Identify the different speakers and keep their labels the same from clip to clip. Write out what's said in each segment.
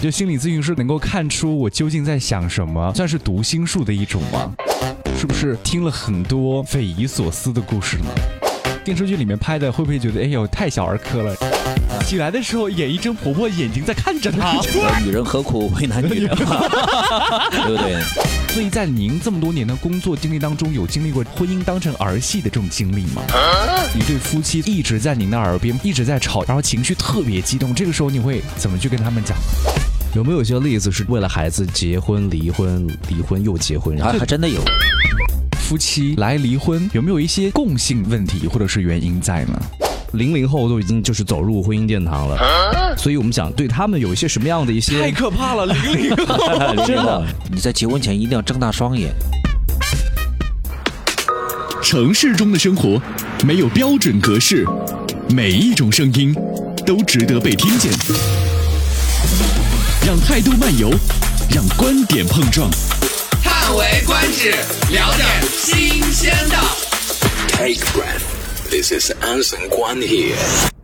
Speaker 1: 就心理咨询师能够看出我究竟在想什么，算是读心术的一种吗？是不是听了很多匪夷所思的故事呢？电视剧里面拍的会不会觉得，哎呦，太小儿科了？起来的时候，眼一睁，婆婆眼睛在看着他。
Speaker 2: 女人何苦为难 女人嘛，对不对？
Speaker 1: 所以在您这么多年的工作经历当中，有经历过婚姻当成儿戏的这种经历吗？一对夫妻一直在您的耳边一直在吵，然后情绪特别激动，这个时候你会怎么去跟他们讲？
Speaker 3: 有没有一些例子是为了孩子结婚、离婚、离婚又结婚？然
Speaker 2: 还
Speaker 3: 后
Speaker 2: 还真的有，
Speaker 1: 夫妻来离婚有没有一些共性问题或者是原因在呢？
Speaker 3: 零零后都已经就是走入婚姻殿堂了，所以我们想对他们有一些什么样的一些
Speaker 1: 可怕了，零零后。
Speaker 2: 真的。你在结婚前一定要睁大双眼，
Speaker 4: 城市中的生活没有标准格式，每一种声音都值得被听见。让态度漫游，让观点碰撞，
Speaker 5: 叹为观止，聊点新鲜的。
Speaker 6: Take breath. This is Anson Guan here.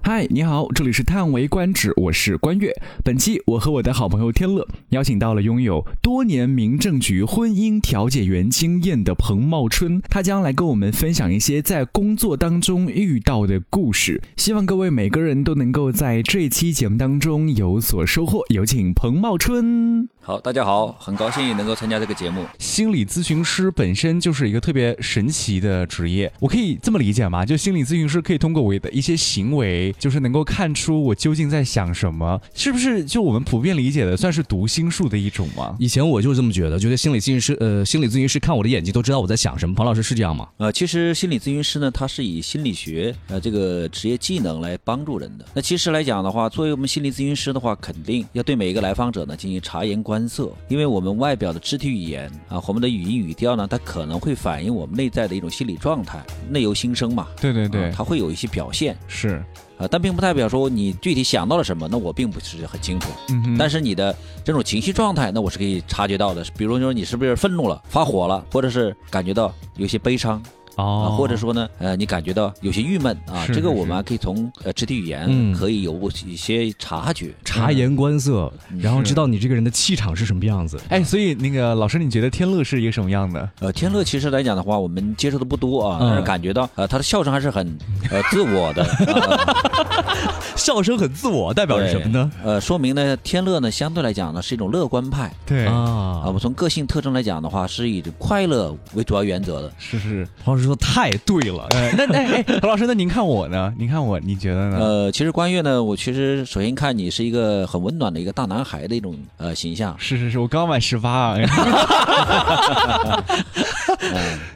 Speaker 1: 嗨，你好，这里是叹为观止，我是关悦。本期我和我的好朋友天乐邀请到了拥有多年民政局婚姻调解员经验的彭茂春，他将来跟我们分享一些在工作当中遇到的故事。希望各位每个人都能够在这期节目当中有所收获。有请彭茂春。
Speaker 2: 好，大家好，很高兴能够参加这个节目。
Speaker 1: 心理咨询师本身就是一个特别神奇的职业，我可以这么理解吗？就心理咨询师可以通过我的一些行为，就是能够看出我究竟在想什么，是不是就我们普遍理解的算是读心术的一种吗？
Speaker 3: 以前我就是这么觉得，觉得心理咨询师，呃，心理咨询师看我的眼睛都知道我在想什么。彭老师是这样吗？
Speaker 2: 呃，其实心理咨询师呢，他是以心理学呃这个职业技能来帮助人的。那其实来讲的话，作为我们心理咨询师的话，肯定要对每一个来访者呢进行察言观色，因为我们外表的肢体语言啊，我们的语音语调呢，它可能会反映我们内在的一种心理状态，内由心生嘛。
Speaker 1: 对对
Speaker 2: 啊
Speaker 1: 对，
Speaker 2: 它会有一些表现
Speaker 1: 是，
Speaker 2: 啊，但并不代表说你具体想到了什么，那我并不是很清楚。
Speaker 1: 嗯哼，
Speaker 2: 但
Speaker 1: 是
Speaker 2: 是你的这种情绪状态，那我是可以察觉到的。比如说你是不是愤怒了、发火了，或者是感觉到有些悲伤，啊，
Speaker 1: 哦，
Speaker 2: 或者说呢，呃，你感觉到有些郁闷啊，
Speaker 1: 是
Speaker 2: 这个
Speaker 1: 是
Speaker 2: 我们还可以从呃肢体语言
Speaker 3: 嗯
Speaker 2: 可以有一些察觉。嗯
Speaker 3: 察言观色，然后
Speaker 1: 是
Speaker 3: 知道你这个人的气场是什么样子。
Speaker 2: 啊
Speaker 1: 哎，所以那个老师，你觉得天乐是一个什么样的？
Speaker 2: 呃，天乐其实来讲的话，我们接触的不多啊，
Speaker 3: 嗯
Speaker 2: 但是感觉到呃他的笑声还是很呃自我 的，啊
Speaker 3: 笑声很自我，代表着什么呢？
Speaker 2: 呃，说明呢天乐呢相对来讲呢是一种乐观派
Speaker 1: 对
Speaker 2: 啊。
Speaker 3: 啊
Speaker 2: 我，们从个性特征来讲的话，是以快乐为主要原则的。
Speaker 1: 是是，
Speaker 3: 彭老师说太对了，
Speaker 1: 呃，那那哎，何老师，那您看我呢？您看我，你觉得呢？
Speaker 2: 呃，其实关悦呢，我其实首先看你是一个很温暖的一个大男孩的一种呃形象，
Speaker 1: 是是是，我刚满十八 啊，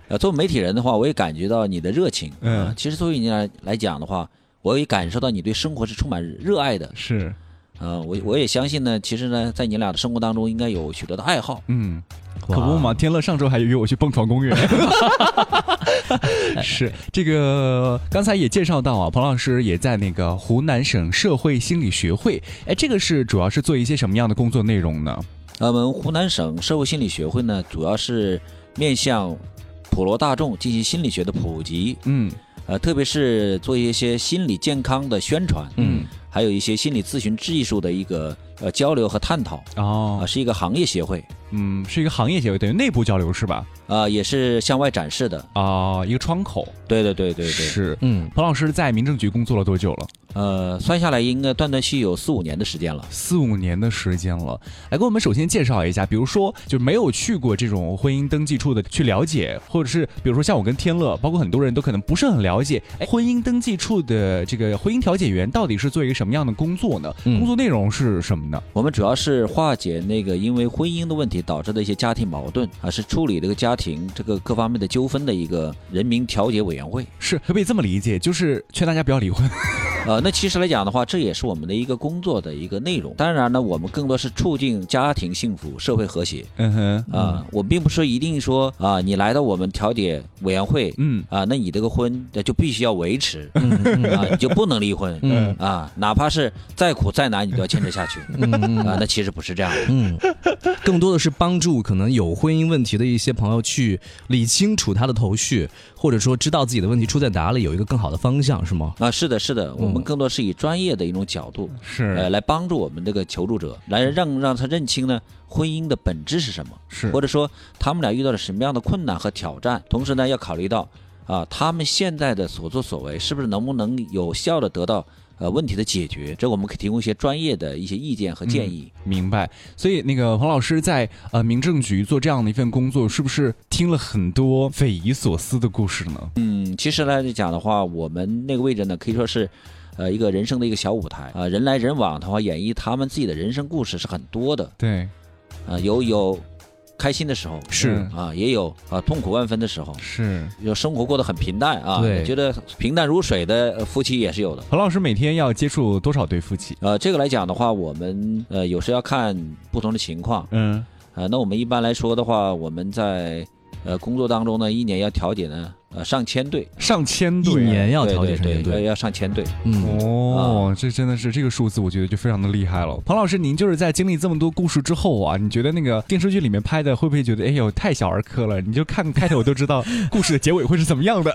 Speaker 2: 呃，作为媒体人的话，我也感觉到你的热情。
Speaker 1: 嗯
Speaker 2: 啊其实作为你来来讲的话，我也感受到你对生活是充满热爱的。
Speaker 1: 是，
Speaker 2: 呃，我我也相信呢，其实呢，在你俩的生活当中，应该有许多的爱好。
Speaker 1: 嗯，可不嘛，天乐上周还约我去蹦床公 园。是这个，刚才也介绍到啊，彭老师也在那个湖南省社会心理学会，哎，这个是主要是做一些什么样的工作内容呢？
Speaker 2: 呃，我们湖南省社会心理学会呢，主要是面向普罗大众进行心理学的普及，
Speaker 1: 嗯
Speaker 2: 呃，特别是做一些心理健康的宣传，
Speaker 1: 嗯，
Speaker 2: 还有一些心理咨询技术的一个呃交流和探讨啊、
Speaker 1: 哦，
Speaker 2: 是一个行业协会
Speaker 1: 嗯，是一个行业协会，等于内部交流是吧？
Speaker 2: 啊、也是向外展示的。
Speaker 1: 哦，一个窗口，
Speaker 2: 对对对对对。
Speaker 1: 是。
Speaker 3: 嗯，
Speaker 1: 彭老师在民政局工作了多久了？
Speaker 2: 呃，算下来应该断断续续有四五年的时间了。
Speaker 1: 四五年的时间了，来给我们首先介绍一下，比如说就没有去过这种婚姻登记处的去了解，或者是比如说像我跟天乐，包括很多人都可能不是很了解，哎，婚姻登记处的这个婚姻调解员到底是做一个什么样的工作呢？
Speaker 3: 嗯
Speaker 1: 工作内容是什么呢？
Speaker 2: 我们主要是化解那个因为婚姻的问题导致的一些家庭矛盾啊，是处理这个家庭这个各方面的纠纷的一个人民调解委员会。
Speaker 1: 是可不可以这么理解？就是劝大家不要离 婚。
Speaker 2: 呃，那其实来讲的话，这也是我们的一个工作的一个内容。当然呢，我们更多是促进家庭幸福、社会和谐
Speaker 1: 嗯哼，
Speaker 2: 啊。我并不是一定说啊，你来到我们调解委员会
Speaker 1: 嗯，
Speaker 2: 啊，那你这个婚呃就必须要维持啊，你就不能离婚。
Speaker 3: 嗯
Speaker 2: 啊，哪怕是再苦再难，你都要坚持下去。
Speaker 3: 嗯嗯
Speaker 2: 啊，那其实不是这样的。
Speaker 3: 嗯，更多的是帮助可能有婚姻问题的一些朋友去理清楚他的头绪，或者说知道自己的问题出在哪里，有一个更好的方向，是吗？
Speaker 2: 啊，是的，是的，我
Speaker 3: 嗯
Speaker 2: 们们更多是以专业的一种角度，呃，
Speaker 1: 是
Speaker 2: 来帮助我们这个求助者，来让让他认清呢婚姻的本质是什么，
Speaker 1: 是
Speaker 2: 或者说他们俩遇到了什么样的困难和挑战，同时呢要考虑到啊他们现在的所作所为是不是能不能有效的得到呃问题的解决，这我们可以提供一些专业的一些意见和建议。
Speaker 1: 明白。所以那个黄老师在呃民政局做这样的一份工作，是不是听了很多匪夷所思的故事呢？
Speaker 2: 嗯，其实来讲的话，我们那个位置呢，可以说是。呃，一个人生的一个小舞台啊、人来人往的话，演绎他们自己的人生故事是很多的
Speaker 1: 对，
Speaker 2: 啊、有有开心的时候
Speaker 1: 是
Speaker 2: 啊，也有啊痛苦万分的时候，
Speaker 1: 是。
Speaker 2: 有生活过得很平淡啊，
Speaker 3: 对
Speaker 2: 也觉得平淡如水的呃夫妻也是有的。
Speaker 1: 何老师每天要接触多少对夫妻？
Speaker 2: 呃，这个来讲的话，我们呃有时要看不同的情况。
Speaker 1: 嗯，
Speaker 2: 呃，那我们一般来说的话，我们在呃工作当中呢，一年要调解呢呃上千对，
Speaker 1: 上千
Speaker 3: 一
Speaker 1: 对。
Speaker 3: 年要
Speaker 2: 对
Speaker 3: 调解
Speaker 2: 对
Speaker 3: 成
Speaker 2: 对
Speaker 3: 对，
Speaker 2: 要上千对。
Speaker 3: 嗯，
Speaker 1: 哦，这真的是这个数字，我觉得就非常的厉害了。庞老师，您就是在经历这么多故事之后啊，你觉得那个电视剧里面拍的会不会觉得，哎呦，太小儿科了？你就看开头就知道 故事的结尾会是怎么样 的，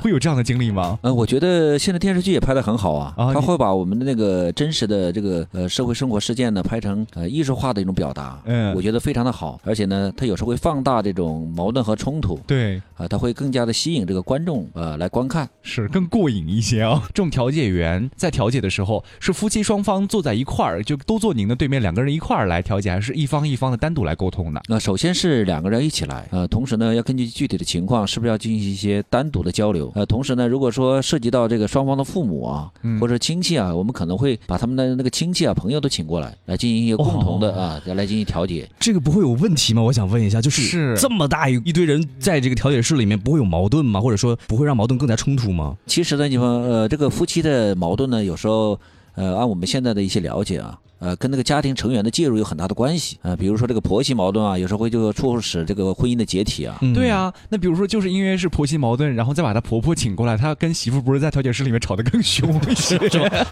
Speaker 1: 会有这样的经历吗？
Speaker 2: 呃，我觉得现在电视剧也拍得很好啊，
Speaker 1: 啊
Speaker 2: 他
Speaker 1: 你
Speaker 2: 会把我们的那个真实的这个呃社会生活事件呢拍成呃艺术化的一种表达，
Speaker 1: 嗯
Speaker 2: 我觉得非常的好，而且呢，他有时候会放大这种矛盾和冲突，
Speaker 1: 对，
Speaker 2: 啊，它会更加的吸引这个观众呃来观看。
Speaker 1: 是更过瘾一些啊。这种调解员在调解的时候，是夫妻双方坐在一块儿，就都坐您的对面，两个人一块儿来调解，还是一方一方的单独来沟通呢？
Speaker 2: 那、首先是两个人一起来，呃，同时呢要根据具体的情况，是不是要进行一些单独的交流？呃，同时呢，如果说涉及到这个双方的父母啊，
Speaker 1: 嗯
Speaker 2: 或者亲戚啊，我们可能会把他们的那个亲戚啊、朋友都请过来，来进行一个共同的、啊，来进行调解。
Speaker 3: 这个不会有问题吗？我想问一下，就是
Speaker 1: 是
Speaker 3: 这么大一一堆人在这个调解室里面，不会有矛盾吗？或者说不会让矛盾更加冲突吗？
Speaker 2: 其实呢，你们呃，这个夫妻的矛盾呢，有时候呃，按我们现在的一些了解啊。呃，跟那个家庭成员的介入有很大的关系啊、呃，比如说这个婆媳矛盾啊，有时候会就促使这个婚姻的解体啊，
Speaker 3: 嗯
Speaker 1: 对，啊，那比如说就是因为是婆媳矛盾，然后再把她婆婆请过来，她跟媳妇不是在调解室里面吵得更凶一 些？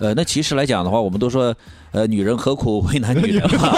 Speaker 2: 呃，那其实来讲的话，我们都说，呃，女人何苦为难女人 嘛，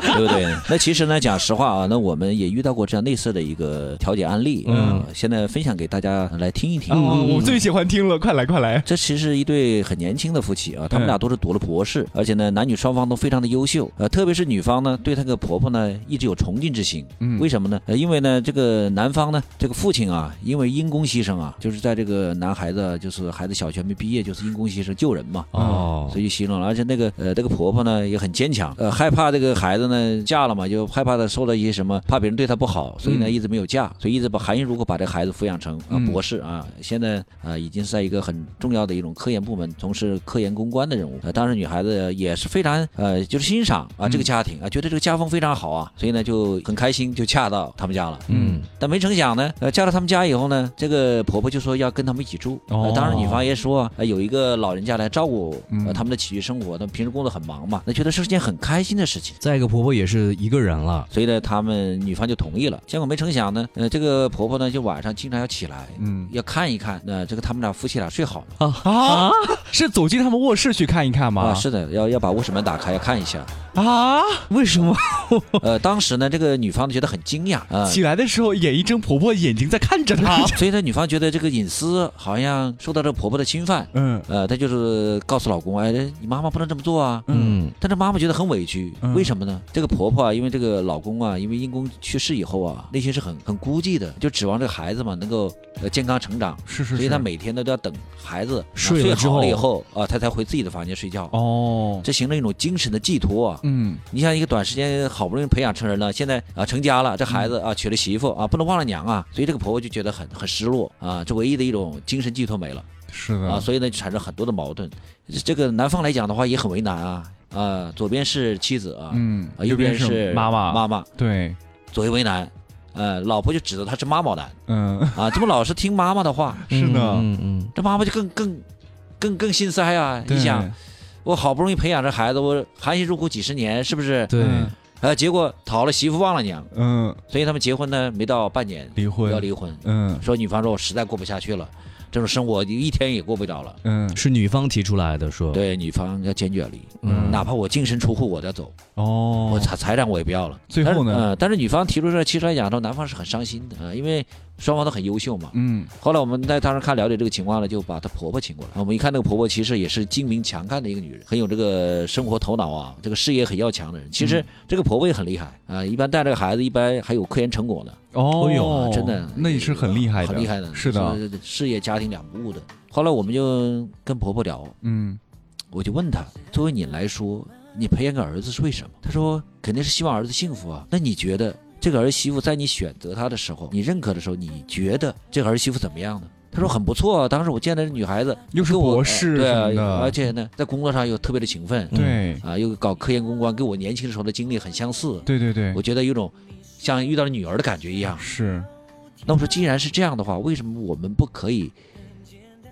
Speaker 2: 对不对？那其实呢，讲实话啊，那我们也遇到过这样类似的一个调解案例，
Speaker 1: 嗯
Speaker 2: 呃现在分享给大家来听一听。啊
Speaker 1: 哦，我最喜欢听了，快来快来！
Speaker 2: 这其实是一对很年轻的夫妻啊，他们俩都是读了博士，而且呢，男女双方都非常的优秀。呃，特别是女方呢，对她个婆婆呢一直有崇敬之心。
Speaker 1: 嗯
Speaker 2: 为什么呢？呃，因为呢，这个男方呢，这个父亲啊，因为因公牺牲啊，就是在这个男孩子啊就是孩子小学没毕业，就是因公牺牲救人嘛。
Speaker 3: 哦，
Speaker 2: 所以就牺牲了。而且那个呃，这个婆婆呢也很坚强，呃，害怕这个孩子呢嫁了嘛，就害怕她受到一些什么，怕别人对她不好，所以呢、
Speaker 1: 嗯
Speaker 2: 一直没有嫁，所以一直把含辛茹苦把这个孩子抚养成啊、
Speaker 1: 嗯
Speaker 2: 博士啊，现在啊、已经是在一个很重要的一种科研部门从事科研攻关的任务。呃，当时女孩子也是非常呃就是欣赏啊这个家庭啊，觉得这个家风非常好啊，所以呢就很开心就嫁到他们家了。
Speaker 3: 嗯，
Speaker 2: 但没成想呢，呃，嫁到他们家以后呢，这个婆婆就说要跟他们一起住。
Speaker 1: 哦
Speaker 2: 呃、当然，女方也说、呃、有一个老人家来照顾
Speaker 1: 嗯
Speaker 2: 呃他们的起居生活，他们平时工作很忙嘛，那觉得是件很开心的事情。
Speaker 3: 再一个婆婆也是一个人了，
Speaker 2: 所以呢，他们女方就同意了。结果没成想呢，呃，这个婆婆呢就晚上经常要起来，
Speaker 1: 嗯
Speaker 2: 要看一看，那、这个他们俩夫妻俩睡好 了吗
Speaker 1: 啊，是走进他们卧室去看一看吗？
Speaker 2: 啊？是的，要要把卧室门打开，要看一下。
Speaker 1: 啊，
Speaker 3: 为什么？
Speaker 2: 呃，当时呢，这个女方觉得很惊讶啊。
Speaker 1: 起来的时候眼一睁，婆婆眼睛在看着她。
Speaker 2: 所以呢，女方觉得这个隐私好像受到这个婆婆的侵犯，
Speaker 1: 嗯
Speaker 2: 呃，她就是告诉老公，哎，你妈妈不能这么做啊。
Speaker 3: 嗯，
Speaker 2: 但是妈妈觉得很委屈
Speaker 1: 嗯，
Speaker 2: 为什么呢？这个婆婆啊，因为这个老公啊，因为因公去世以后啊，内心是很很孤寂的，就指望这个孩子嘛能够呃健康成长，
Speaker 1: 是是
Speaker 2: 所以她每天呢都要等孩子啊
Speaker 3: 睡了
Speaker 2: 睡
Speaker 3: 之
Speaker 2: 好了以
Speaker 3: 后
Speaker 2: 后啊，她才回自己的房间睡觉。
Speaker 1: 哦，
Speaker 2: 这形成一种精神的寄托啊！
Speaker 1: 嗯
Speaker 2: 你像一个短时间好不容易培养成人了，现在啊成家了，这孩子啊娶了媳妇啊，不能忘了娘啊，所以这个婆婆就觉得很很失落啊，这唯一的一种精神寄托没了。
Speaker 1: 是
Speaker 2: 啊，所以呢就产生很多的矛盾。这个男方来讲的话也很为难啊，啊，左边是妻子啊，
Speaker 1: 嗯
Speaker 2: 啊，右边是
Speaker 1: 妈妈
Speaker 2: 妈妈，
Speaker 1: 对，
Speaker 2: 左右为难。呃，老婆就指责他是妈宝男
Speaker 1: 嗯
Speaker 2: 啊，怎么老是听妈妈的话？
Speaker 1: 是呢，
Speaker 3: 嗯嗯，
Speaker 2: 这妈妈就更更更更心塞啊！
Speaker 1: 对
Speaker 2: 你想，我好不容易培养这孩子，我含辛茹苦几十年，是不是？
Speaker 3: 对，
Speaker 1: 嗯
Speaker 2: 呃，结果讨了媳妇忘了娘，
Speaker 1: 嗯
Speaker 2: 所以他们结婚呢没到半年
Speaker 1: 离婚
Speaker 2: 要离婚。
Speaker 1: 嗯
Speaker 2: 说女方说我实在过不下去了，这种生活一天也过不了了。
Speaker 1: 嗯
Speaker 3: 是女方提出来的，说，
Speaker 2: 对，女方要坚决离，
Speaker 3: 嗯
Speaker 2: 哪怕我净身出户，我都要走，
Speaker 1: 哦
Speaker 2: 我财财产我也不要了。
Speaker 1: 最后呢
Speaker 2: 但是呃但是女方提出这，其实来讲，说男方是很伤心的啊、呃因为双方都很优秀嘛。
Speaker 1: 嗯，
Speaker 2: 后来我们在当时看了解这个情况呢，就把她婆婆请过来。我们一看那个婆婆其实也是精明强干的一个女人，很有这个生活头脑啊，这个事业很要强的人。其
Speaker 1: 嗯
Speaker 2: 实这个婆婆也很厉害啊，一般带这个孩子一般还有科研成果呢。
Speaker 1: 哦
Speaker 3: 哎
Speaker 1: 哟
Speaker 3: 呦，
Speaker 2: 真的，
Speaker 1: 那也是很厉害的，
Speaker 2: 很厉害的，
Speaker 1: 是的，，
Speaker 2: 事业家庭两不误的。后来我们就跟婆婆聊，
Speaker 1: 嗯，
Speaker 2: 我就问她，作为你来说，你培养个儿子是为什么？她说肯定是希望儿子幸福啊。那你觉得这个儿媳妇在你选择她的时候，你认可的时候，你觉得这个儿媳妇怎么样呢？她说很不错啊，当时我见的这女孩子
Speaker 1: 又是
Speaker 2: 跟我
Speaker 1: 博士
Speaker 2: 呃
Speaker 1: 什么
Speaker 2: 对啊，而
Speaker 1: 的，
Speaker 2: 且呢，在工作上又特别的勤奋，
Speaker 1: 对，
Speaker 2: 啊，又搞科研攻关，跟我年轻时候的经历很相似。
Speaker 1: 对对对
Speaker 2: 我，觉得有种像遇到了女儿的感觉一样。
Speaker 1: 是，
Speaker 2: 那我说，既然是这样的话，为什么我们不可以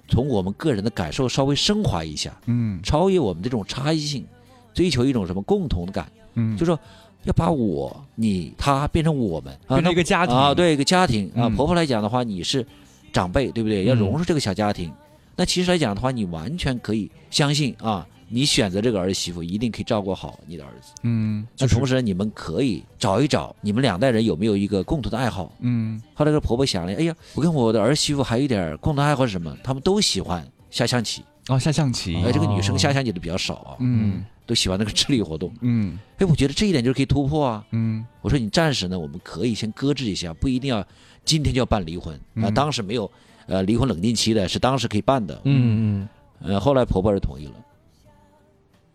Speaker 2: 从我们个人的感受稍微升华一下，
Speaker 1: 嗯
Speaker 2: 超越我们这种差异性，追求一种什么共同感？
Speaker 1: 嗯，
Speaker 2: 就说要把我、你、他变成我们，啊
Speaker 1: 变成一个家庭
Speaker 2: 啊，，对一个家庭啊。
Speaker 1: 嗯
Speaker 2: 婆婆来讲的话，你是长辈，对不对？要融入这个小家庭。那其实来讲的话，你完全可以相信啊，你选择这个儿媳妇一定可以照顾好你的儿子。
Speaker 1: 嗯，
Speaker 2: 那
Speaker 1: 就是
Speaker 2: 同时，你们可以找一找你们两代人有没有一个共同的爱好。
Speaker 1: 嗯
Speaker 2: 后来这婆婆想了，哎呀，我跟我的儿媳妇还有一点共同爱好是什么？他们都喜欢下象棋，
Speaker 1: 哦，下象棋，
Speaker 2: 哎，这个女生下象棋的比较少啊，
Speaker 1: 嗯
Speaker 2: 都喜欢那个智力活动。
Speaker 1: 嗯
Speaker 2: 哎，我觉得这一点就是可以突破啊。
Speaker 1: 嗯
Speaker 2: 我说你暂时呢，我们可以先搁置一下，不一定要今天就要办离婚啊、
Speaker 1: 嗯
Speaker 2: 当时没有呃离婚冷静期的，是当时可以办的。
Speaker 3: 嗯嗯
Speaker 2: 呃，后来婆婆是同意了，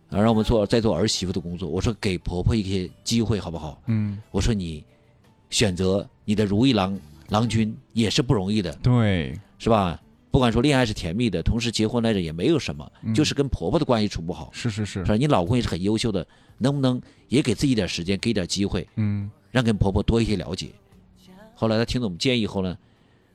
Speaker 2: 啊，让我们做再做儿媳妇的工作。我说给婆婆一些机会好不好？
Speaker 1: 嗯，
Speaker 2: 我说你选择你的如意郎郎君也是不容易的，
Speaker 1: 对，
Speaker 2: 是吧？不管说恋爱是甜蜜的，同时结婚来着也没有什么，
Speaker 1: 嗯
Speaker 2: 就是跟婆婆的关系处不好，
Speaker 1: 是是是
Speaker 2: 是，吧？你老公也是很优秀的，能不能也给自己点时间，给点机会，
Speaker 1: 嗯
Speaker 2: 让跟婆婆多一些了解？后来她听了我们建议后呢，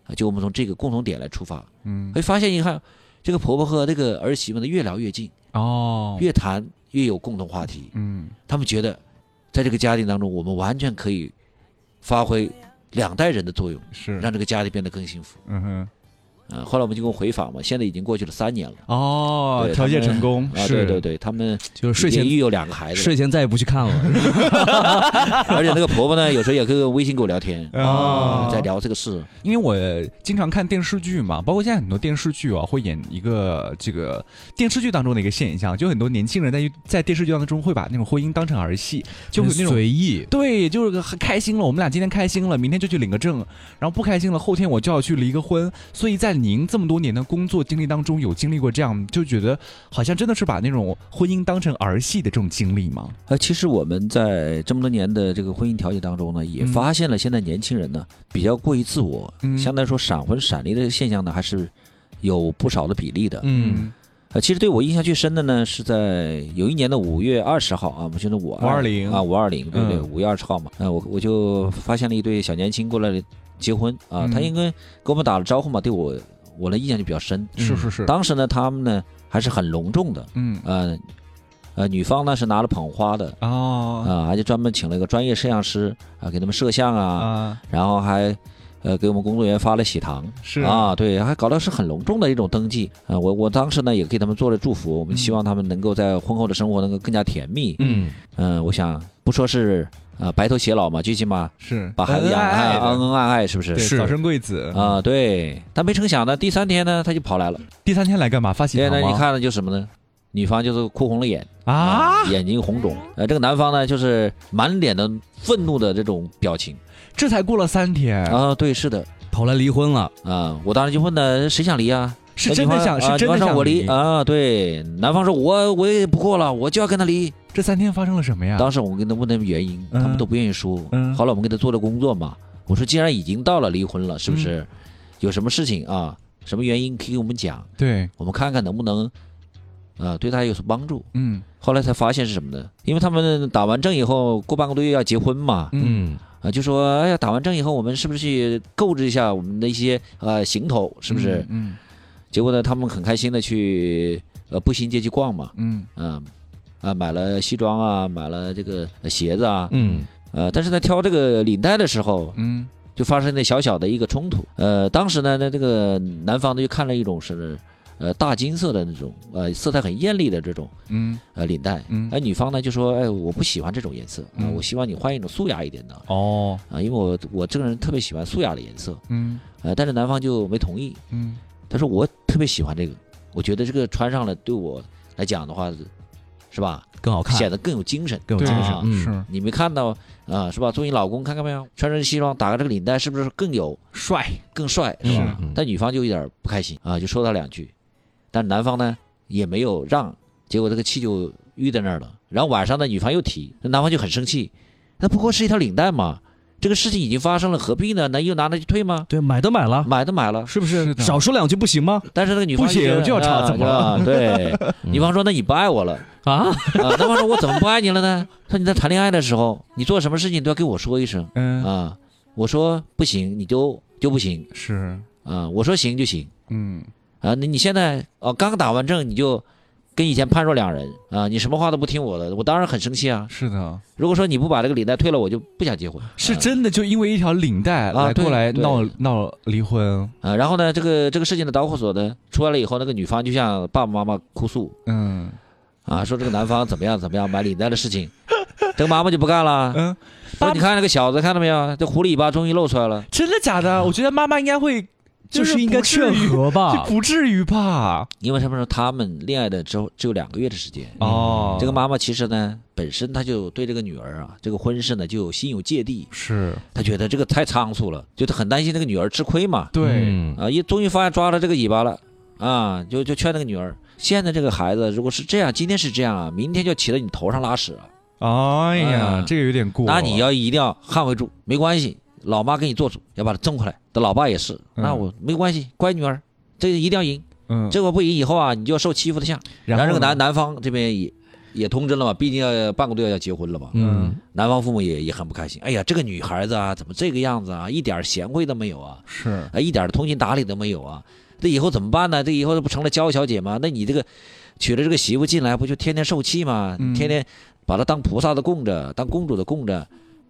Speaker 2: 啊，就我们从这个共同点来出发，
Speaker 1: 嗯，
Speaker 2: 会发现一看，这个婆婆和这个儿媳妇呢越聊越近，
Speaker 1: 哦，
Speaker 2: 越谈越有共同话题，
Speaker 1: 嗯
Speaker 2: 他们觉得在这个家庭当中，我们完全可以发挥两代人的作用，
Speaker 1: 是，
Speaker 2: 让这个家庭变得更幸福。
Speaker 1: 嗯哼，
Speaker 2: 啊，后来我们就跟回访嘛，现在已经过去了三年了。
Speaker 1: 哦，
Speaker 2: 对
Speaker 1: 调解
Speaker 2: 他们
Speaker 1: 成功，
Speaker 2: 啊，
Speaker 1: 是，
Speaker 2: 对对对，他们
Speaker 3: 就是睡前
Speaker 2: 也育有两个孩子
Speaker 3: 睡
Speaker 2: 了，
Speaker 3: 前再也不去看了。
Speaker 2: 而且那个婆婆呢，有时候也跟微信跟我聊天
Speaker 1: 哦
Speaker 2: 啊，在聊这个事。
Speaker 1: 因为我经常看电视剧嘛，包括现在很多电视剧啊，会演一个这个电视剧当中的一个现象，就很多年轻人在在电视剧当中会把那种婚姻当成儿戏，就会有那种。
Speaker 3: 随意，
Speaker 1: 对，就是很开心了。我们俩今天开心了，明天就去领个证，然后不开心了，后天我就要去离个婚。所以在您这么多年的工作经历当中，有经历过这样，就觉得好像真的是把那种婚姻当成儿戏的这种经历吗？
Speaker 2: 呃，其实我们在这么多年的这个婚姻调解当中呢，也
Speaker 1: 嗯
Speaker 2: 发现了现在年轻人呢比较过于自我，
Speaker 1: 嗯
Speaker 2: 相对来说闪婚闪离的现象呢还是有不少的比例的。
Speaker 3: 嗯，
Speaker 2: 呃，其实对我印象最深的呢，是在有一年的五月二十号啊，我们现在五
Speaker 1: 520
Speaker 2: 啊，五二零对不对？
Speaker 1: 嗯
Speaker 2: 五月二十号嘛，呃，我我就发现了一对小年轻过来结婚啊，他
Speaker 1: 嗯
Speaker 2: 应该跟我们打了招呼嘛，对我我的印象就比较深。
Speaker 1: 嗯是是是，
Speaker 2: 当时呢，他们呢还是很隆重的，
Speaker 1: 嗯
Speaker 2: 呃呃，女方呢是拿了捧花的
Speaker 1: 哦
Speaker 2: 啊，而且专门请了一个专业摄像师啊，给他们摄像啊，
Speaker 1: 啊
Speaker 2: 然后还呃给我们工作人员发了喜糖。
Speaker 1: 是
Speaker 2: 啊，对，还搞得是很隆重的一种登记啊、呃我我当时呢也给他们做了祝福，
Speaker 1: 嗯
Speaker 2: 我们希望他们能够在婚后的生活能够更加甜蜜。
Speaker 3: 嗯，
Speaker 2: 嗯、我想不说是啊、呃白头偕老嘛，最起码
Speaker 1: 是
Speaker 2: 把孩子
Speaker 1: 恩
Speaker 2: 养
Speaker 1: 恩爱爱
Speaker 2: 得
Speaker 1: 的
Speaker 3: 呃
Speaker 2: 恩恩爱爱，是不是？
Speaker 1: 对早生贵子
Speaker 2: 啊、对。但没成想呢，第三天呢他就跑来了，
Speaker 1: 第三天来干嘛？发喜
Speaker 2: 现
Speaker 1: 糖
Speaker 2: 在
Speaker 1: 吗？
Speaker 2: 一看呢就是什么呢？女方就是哭红了眼
Speaker 1: 啊，
Speaker 2: 眼睛红肿。呃，这个男方呢就是满脸的愤怒的这种表情
Speaker 1: 这才过了三天，
Speaker 2: 啊、对，是的
Speaker 3: 跑来离婚了，
Speaker 2: 啊、我当时就问呢，谁想离啊？
Speaker 1: 是真的想，
Speaker 2: 啊
Speaker 1: 是真的
Speaker 2: 女方
Speaker 1: 想
Speaker 2: 说我
Speaker 1: 离。
Speaker 2: 啊！对，男方说我我也不过了，我就要跟他离。
Speaker 1: 这三天发生了什么呀？
Speaker 2: 当时我们跟他问他们原因，他
Speaker 1: 啊嗯
Speaker 2: 们都不愿意说。
Speaker 1: 嗯
Speaker 2: 后来我们给他做了工作嘛，我说既然已经到了离婚了，
Speaker 1: 嗯
Speaker 2: 是不是？有什么事情啊？什么原因可以给我们讲？
Speaker 1: 对，
Speaker 2: 我们看看能不能，呃，对他有所帮助。
Speaker 1: 嗯
Speaker 2: 后来才发现是什么呢？因为他们打完证以后，过半个多月要结婚嘛，
Speaker 1: 嗯
Speaker 3: 嗯，
Speaker 2: 啊，就说哎呀，打完证以后，我们是不是去购置一下我们的一些呃行头，是不是？
Speaker 1: 嗯
Speaker 2: 结果呢，他们很开心的去呃步行街去逛嘛，
Speaker 1: 嗯
Speaker 2: 嗯、啊，买了西装啊，买了这个呃鞋子啊，
Speaker 3: 嗯，
Speaker 2: 呃，但是在挑这个领带的时候，
Speaker 1: 嗯
Speaker 2: 就发生了小小的一个冲突。呃，当时呢，那这个男方呢就看了一种是。呃大金色的那种呃色彩很艳丽的这种
Speaker 1: 嗯
Speaker 2: 呃领带，
Speaker 1: 嗯
Speaker 2: 而女方呢就说哎我不喜欢这种颜色啊、
Speaker 1: 嗯
Speaker 2: 我希望你换一种素雅一点的啊、
Speaker 1: 哦
Speaker 2: 因为我我这个人特别喜欢素雅的颜色，
Speaker 1: 嗯
Speaker 2: 呃但是男方就没同意，
Speaker 1: 嗯
Speaker 2: 他说我特别喜欢这个，我觉得这个穿上了对我来讲的话是是吧，
Speaker 3: 更好看，
Speaker 2: 显得更有精神。
Speaker 3: 更有
Speaker 1: 对
Speaker 3: 精神
Speaker 2: 啊。
Speaker 3: 嗯，
Speaker 1: 是
Speaker 2: 你没看到啊、是吧？作为你老公，看看没有，穿着西装打个这个领带，是不是更有
Speaker 1: 帅
Speaker 2: 更帅？
Speaker 1: 是
Speaker 3: 吧嗯
Speaker 2: 但女方就有点不开心啊，就说他两句，但男方呢也没有让，结果这个气就郁在那儿了。然后晚上呢，女方又提，那男方就很生气，那不过是一条领带嘛，这个事情已经发生了，何必呢？那又拿那去退吗？
Speaker 3: 对，买都买了，
Speaker 2: 买都买了，
Speaker 3: 是不
Speaker 1: 是
Speaker 3: 是？
Speaker 2: 嗯
Speaker 1: 的
Speaker 3: 少说两句不行吗？
Speaker 2: 但是那个女方
Speaker 1: 不行
Speaker 2: 觉得
Speaker 1: 就要吵
Speaker 2: 啊
Speaker 1: 怎么了 嗯
Speaker 2: 是吧对，女方说：“那你不爱我了。”
Speaker 3: 啊，
Speaker 2: 啊，男方说：“我怎么不爱你了呢？”说你在谈恋爱的时候，你做什么事情都要跟我说一声
Speaker 1: 嗯
Speaker 2: 啊。我说不行，你就就不行
Speaker 1: 是
Speaker 2: 啊。我说行就行
Speaker 1: 嗯
Speaker 2: 啊。那你现在哦，刚打完仗你就跟以前判若两人啊，你什么话都不听我的，我当然很生气啊。
Speaker 1: 是的，
Speaker 2: 如果说你不把这个领带退了，我就不想结婚。
Speaker 1: 是
Speaker 2: 啊
Speaker 1: 真的就因为一条领带来过
Speaker 2: 对
Speaker 1: 来
Speaker 2: 对
Speaker 1: 闹闹离婚，
Speaker 2: 啊。然后呢，这个这个事情的导火索呢，出来了以后，那个女方就向爸爸妈妈哭诉
Speaker 1: 嗯
Speaker 2: 啊，说这个男方怎么样怎么样买领带的事情，这个妈妈就不干了。
Speaker 1: 嗯，
Speaker 2: 说你看那个小子，看到没有？这狐狸尾巴终于露出来了。
Speaker 1: 真的假的？我觉得妈妈应该会
Speaker 3: 就是应
Speaker 1: 嗯
Speaker 3: 该
Speaker 1: 不至
Speaker 3: 劝
Speaker 1: 于
Speaker 3: 和吧
Speaker 1: 就。不至于吧？
Speaker 2: 因为他们说他们恋爱的之后只有两个月的时间。
Speaker 1: 哦，
Speaker 2: 这个妈妈其实呢，本身她就对这个女儿啊，这个婚事呢就心有芥蒂，
Speaker 1: 是
Speaker 2: 她觉得这个太仓促了，就她很担心这个女儿吃亏嘛。
Speaker 1: 对，
Speaker 3: 嗯
Speaker 2: 啊，一终于发现抓了这个尾巴了，啊，就就劝那个女儿，现在这个孩子如果是这样，今天是这样啊，明天就骑到你头上拉屎啊了，
Speaker 1: 哎呀
Speaker 2: 啊，
Speaker 1: 这个有点过了，
Speaker 2: 嗯那你要一定要捍卫住，没关系，老妈给你做主，要把她争回来。她老爸也是，那
Speaker 1: 嗯
Speaker 2: 我没关系，乖女儿，这个一定要赢，
Speaker 1: 嗯，
Speaker 2: 这个不赢以后啊，你就要受欺负的下。然后这个
Speaker 1: 呢
Speaker 2: 男男方这边也也通知了嘛，毕竟要半个多月要结婚了嘛。
Speaker 3: 嗯，
Speaker 2: 男方父母也也很不开心，哎呀，这个女孩子啊，怎么这个样子啊，一点贤惠都没有啊，
Speaker 1: 是
Speaker 2: 啊，一点通情达理都没有啊，这以后怎么办呢？这以后这不成了娇小姐吗？那你这个娶了这个媳妇进来，不就天天受气吗？
Speaker 1: 嗯
Speaker 2: 天天把她当菩萨的供着，当公主的供着，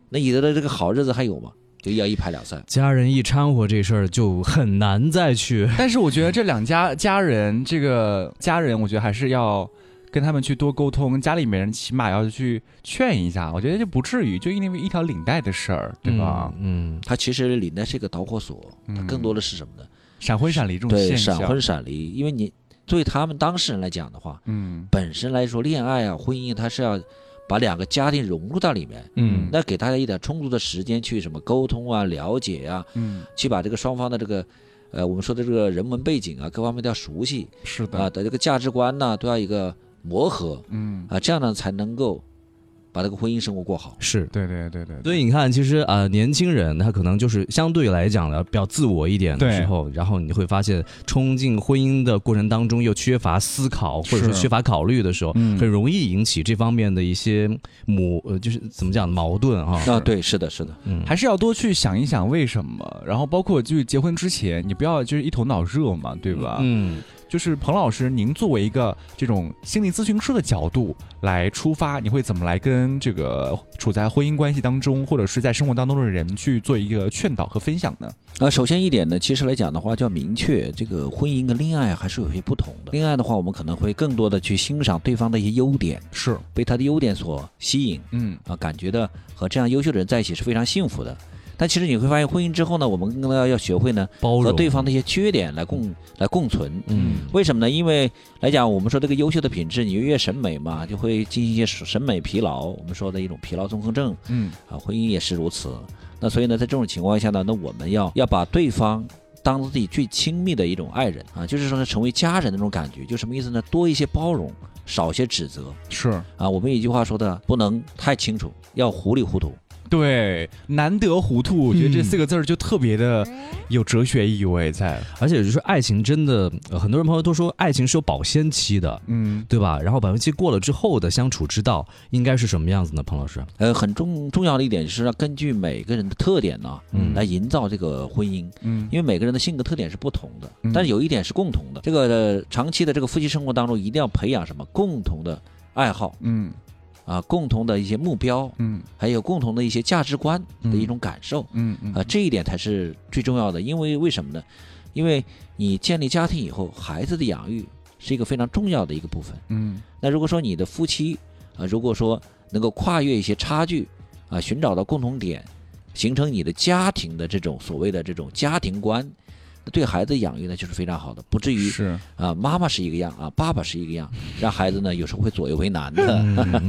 Speaker 2: 那以后的这个好日子还有吗？就要一拍两散。
Speaker 3: 家人一掺和这事儿就很难再去。
Speaker 1: 但是我觉得这两家家人，这个家人，我觉得还是要跟他们去多沟通，家里面人起码要去劝一下。我觉得就不至于，就因为一条领带的事儿，对吧？
Speaker 3: 嗯，
Speaker 2: 它其实领带是一个导火索，它更多的是什么呢？
Speaker 1: 闪婚闪离嗯这种
Speaker 2: 对，
Speaker 1: 现
Speaker 2: 闪
Speaker 1: 象，
Speaker 2: 婚闪离，因为你对他们当事人来讲的话，
Speaker 1: 嗯
Speaker 2: 本身来说，恋爱啊、婚姻，它是要把两个家庭融入到里面，
Speaker 3: 嗯
Speaker 2: 那给大家一点充足的时间去什么沟通啊、了解啊，
Speaker 1: 嗯，
Speaker 2: 去把这个双方的这个。呃，我们说的这个人文背景啊，各方面都要熟悉
Speaker 1: 是的，
Speaker 2: 啊，的这个价值观呢、都要一个磨合
Speaker 1: 嗯，
Speaker 2: 啊，这样呢才能够把这个婚姻生活过好。
Speaker 3: 是。
Speaker 1: 对对对对，
Speaker 3: 所以你看，其实啊、呃年轻人他可能就是相对来讲呢，比较自我一点的
Speaker 1: 对
Speaker 3: 时候，然后你会发现，冲进婚姻的过程当中又缺乏思考，或者说
Speaker 1: 是
Speaker 3: 缺乏考虑的时候，
Speaker 1: 嗯
Speaker 3: 很容易引起这方面的一些母呃，就是怎么讲矛盾啊。
Speaker 2: 啊，对，是的，是的，
Speaker 3: 嗯，
Speaker 1: 还是要多去想一想为什么，然后包括就是结婚之前，你不要就是一头脑热嘛，对吧？
Speaker 3: 嗯，
Speaker 1: 就是彭老师，您作为一个这种心理咨询师的角度来出发，你会怎么来跟这个处在婚姻关系当中，或者是在生活当中的人去做一个劝导和分享呢？
Speaker 2: 啊，首先一点呢，其实来讲的话，就要明确这个婚姻跟恋爱还是有些不同的。恋爱的话，我们可能会更多的去欣赏对方的一些优点，
Speaker 1: 是，
Speaker 2: 被他的优点所吸引
Speaker 1: 嗯，
Speaker 2: 啊，感觉到和这样优秀的人在一起是非常幸福的。但其实你会发现，婚姻之后呢，我们更要要学会呢
Speaker 3: 包容
Speaker 1: 呃
Speaker 2: 和对方的一些缺点来共来共存。
Speaker 3: 嗯
Speaker 2: 为什么呢？因为来讲，我们说这个优秀的品质，你越审美嘛，就会进行一些审美疲劳，我们说的一种疲劳综合症。
Speaker 1: 嗯，
Speaker 2: 啊，婚姻也是如此。那所以呢，在这种情况下呢，那我们要要把对方当做自己最亲密的一种爱人啊，就是说呢，成为家人的那种感觉，就什么意思呢？多一些包容，少一些指责
Speaker 1: 是
Speaker 2: 啊。我们有一句话说的，不能太清楚，要糊里糊涂。
Speaker 1: 对，难得糊涂，我觉得这四个字儿就特别的有哲学意味在。
Speaker 3: 而且就是爱情真的，呃很多人朋友都说爱情是有保鲜期的，
Speaker 1: 嗯，
Speaker 3: 对吧？然后保鲜期过了之后的相处之道应该是什么样子呢？彭老师，
Speaker 2: 呃，很重重要的一点就是要根据每个人的特点呢，
Speaker 3: 嗯
Speaker 2: 来营造这个婚姻。
Speaker 1: 嗯
Speaker 2: 因为每个人的性格特点是不同的
Speaker 1: 嗯，
Speaker 2: 但是有一点是共同的，这个呃长期的这个夫妻生活当中，一定要培养什么共同的爱好
Speaker 1: 嗯
Speaker 2: 啊，共同的一些目标，
Speaker 1: 嗯
Speaker 2: 还有共同的一些价值观的一种感受啊、
Speaker 1: 嗯嗯
Speaker 2: 这一点才是最重要的。因为为什么呢？因为你建立家庭以后，孩子的养育是一个非常重要的一个部分。
Speaker 1: 嗯，
Speaker 2: 那如果说你的夫妻啊、如果说能够跨越一些差距啊、寻找到共同点，形成你的家庭的这种所谓的这种家庭观，那对孩子养育呢就是非常好的，不至于
Speaker 1: 是
Speaker 2: 啊、妈妈是一个样啊，爸爸是一个 样，让孩子呢有时候会左右为难的。
Speaker 3: 嗯嗯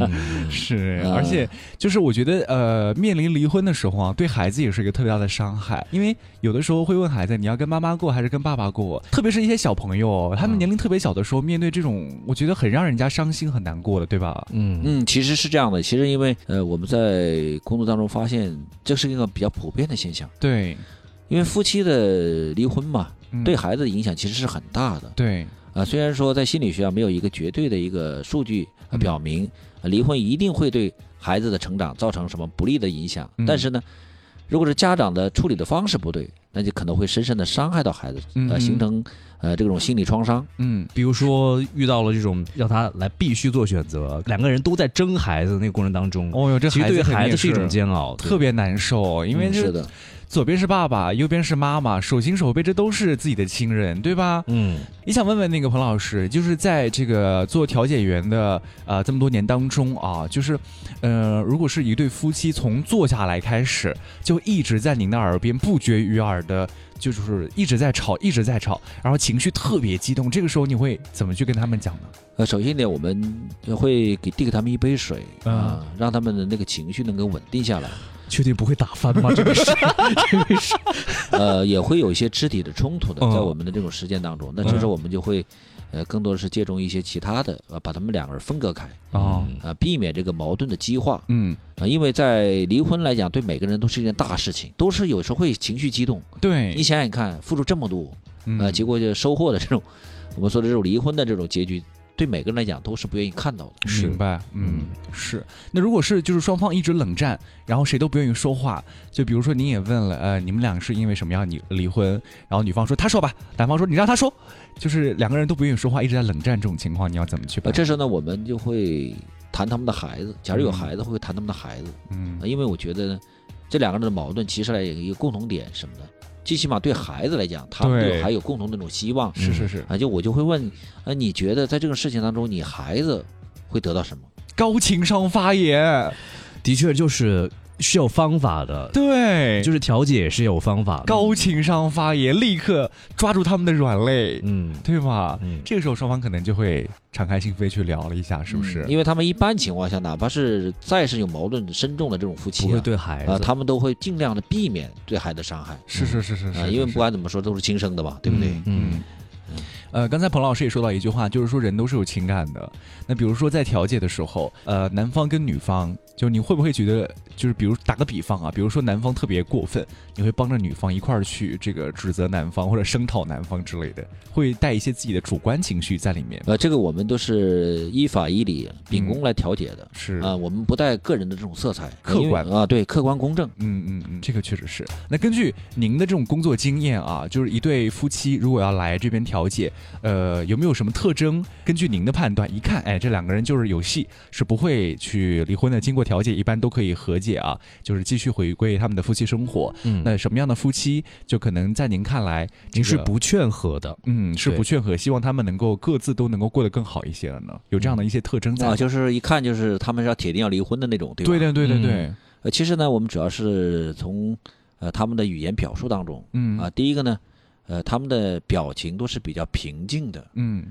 Speaker 3: 嗯
Speaker 1: 是，
Speaker 2: 嗯
Speaker 1: 而且就是我觉得呃，面临离婚的时候啊，对孩子也是一个特别大的伤害，因为有的时候会问孩子你要跟妈妈过还是跟爸爸过，特别是一些小朋友，他们年龄特别小的时候，面对这种我觉得很让人家伤心很难过的，对吧？
Speaker 3: 嗯
Speaker 2: 嗯，其实是这样的。其实因为呃，我们在工作当中发现，这是一个比较普遍的现象。
Speaker 1: 对，
Speaker 2: 因为夫妻的离婚嘛，
Speaker 1: 嗯
Speaker 2: 对孩子的影响其实是很大的。
Speaker 1: 对，
Speaker 2: 啊，虽然说在心理学上没有一个绝对的一个数据啊
Speaker 1: 嗯
Speaker 2: 表明啊离婚一定会对孩子的成长造成什么不利的影响，
Speaker 1: 嗯
Speaker 2: 但是呢，如果是家长的处理的方式不对，那就可能会深深的伤害到孩子，
Speaker 1: 嗯
Speaker 2: 呃，形成呃这种心理创伤。
Speaker 1: 嗯，
Speaker 3: 比如说遇到了这种让他来必须做选择，两个人都在争孩子的那个过程当中，
Speaker 1: 哦哟，这
Speaker 3: 嗯其实
Speaker 1: 孩
Speaker 3: 对
Speaker 1: 子
Speaker 3: 孩子
Speaker 1: 肯定
Speaker 3: 是一种
Speaker 1: 也
Speaker 3: 煎熬，
Speaker 1: 特别难受，因为
Speaker 2: 嗯
Speaker 1: 就是
Speaker 2: 的，
Speaker 1: 左边是爸爸，右边是妈妈，手心手背这都是自己的亲人，对吧？
Speaker 3: 嗯
Speaker 1: 也想问问那个彭老师，就是在这个做调解员的呃这么多年当中啊，就是呃，如果是一对夫妻从坐下来开始，就一直在您的耳边不绝于耳的，就是一直在吵，一直在吵，然后情绪特别激动，这个时候你会怎么去跟他们讲呢？
Speaker 2: 呃，首先一点，我们会给递给他们一杯水啊、
Speaker 1: 嗯
Speaker 2: 让他们的那个情绪能够稳定下来。
Speaker 3: 确定不会打翻吗？这个 是这个是
Speaker 2: 呃，也会有一些肢体的冲突的，
Speaker 3: 嗯
Speaker 2: 在我们的这种实践当中，那这
Speaker 1: 嗯
Speaker 2: 时候我们就会，呃，更多的是借重一些其他的，呃，把他们两个人分隔开，
Speaker 1: 哦，
Speaker 2: 啊，避免这个矛盾的激化
Speaker 1: 嗯，
Speaker 2: 啊，因为在离婚来讲，对每个人都是一件大事情，都是有时候会情绪激动。
Speaker 1: 对
Speaker 2: 你，想想看，付出这么多，呃，
Speaker 1: 嗯，
Speaker 2: 结果就收获的这种，我们说的这种离婚的这种结局，对每个人来讲都是不愿意看到的。
Speaker 1: 明白，嗯，是。那如果是就是双方一直冷战，然后谁都不愿意说话，就比如说您也问了，呃，你们俩是因为什么要你离婚？然后女方说她说吧，男方说你让她说，就是两个人都不愿意说话，一直在冷战这种情况，你要怎么去
Speaker 2: 呃，
Speaker 1: 办？
Speaker 2: 这时候呢，我们就会谈他们的孩子，假如有孩子，会谈他们的孩子。
Speaker 1: 嗯
Speaker 2: 啊，因为我觉得呢，这两个人的矛盾其实来有一个共同点是什么呢？最起码对孩子来讲，他们
Speaker 1: 对
Speaker 2: 有还有共同的那种希望。
Speaker 1: 是是是，
Speaker 2: 啊，就我就会问，啊，你觉得在这个事情当中，你孩子会得到什么？
Speaker 1: 高情商发言，
Speaker 3: 的确就是是有方法的，
Speaker 1: 对，
Speaker 3: 就是是调解也是有方法的。
Speaker 1: 高情商发言，立刻抓住他们的软肋，
Speaker 3: 嗯
Speaker 1: 对吧？
Speaker 3: 嗯
Speaker 1: 这个时候双方可能就会敞开心扉去聊了一下，是不是？
Speaker 2: 因为他们一般情况下，哪怕是再是有矛盾深重的这种夫
Speaker 3: 不
Speaker 2: 妻
Speaker 3: 会
Speaker 2: 啊，
Speaker 3: 对孩
Speaker 2: 啊，
Speaker 3: 子，
Speaker 2: 他们都会尽量的避免对孩子伤害
Speaker 1: 是是是是是
Speaker 2: 啊，因为
Speaker 1: 是
Speaker 2: 不管怎么说都是亲生的嘛，对不对？
Speaker 3: 嗯
Speaker 1: 呃，刚才彭老师也说到一句话，就是说人都是有情感的。那比如说在调解的时候，呃，男方跟女方，就你会不会觉得，就是比如打个比方啊，比如说男方特别过分，你会帮着女方一块儿去这个指责男方或者声讨男方之类的，会带一些自己的主观情绪在里面。
Speaker 2: 呃，这个我们都是依法依理秉公来调解的。
Speaker 1: 嗯是
Speaker 2: 啊，我们不带个人的这种色彩，
Speaker 1: 客
Speaker 2: 因为
Speaker 1: 观
Speaker 2: 啊，对，客观公正。
Speaker 1: 嗯嗯嗯，这个确实是。那根据您的这种工作经验啊，就是一对夫妻如果要来这边调解，呃，有没有什么特征？根据您的判断，一看，哎，这两个人就是有戏，是不会去离婚的。经过调解，一般都可以和解啊，就是继续回归他们的夫妻生活。
Speaker 3: 嗯，
Speaker 1: 那什么样的夫妻，就可能在您看来，
Speaker 3: 您是
Speaker 1: 这个
Speaker 3: 不劝和的，
Speaker 1: 嗯是
Speaker 3: 对
Speaker 1: 不劝和，希望他们能够各自都能够过得更好一些了呢？有这样的一些特征在吗？
Speaker 2: 啊，就是一看就是他们是要铁定要离婚的那种，对吧？
Speaker 1: 嗯对的，对的，
Speaker 3: 嗯
Speaker 1: 对，
Speaker 2: 呃，其实呢，我们主要是从呃他们的语言表述当中
Speaker 1: 嗯
Speaker 2: 啊，第一个呢，呃，他们的表情都是比较平静的，
Speaker 1: 嗯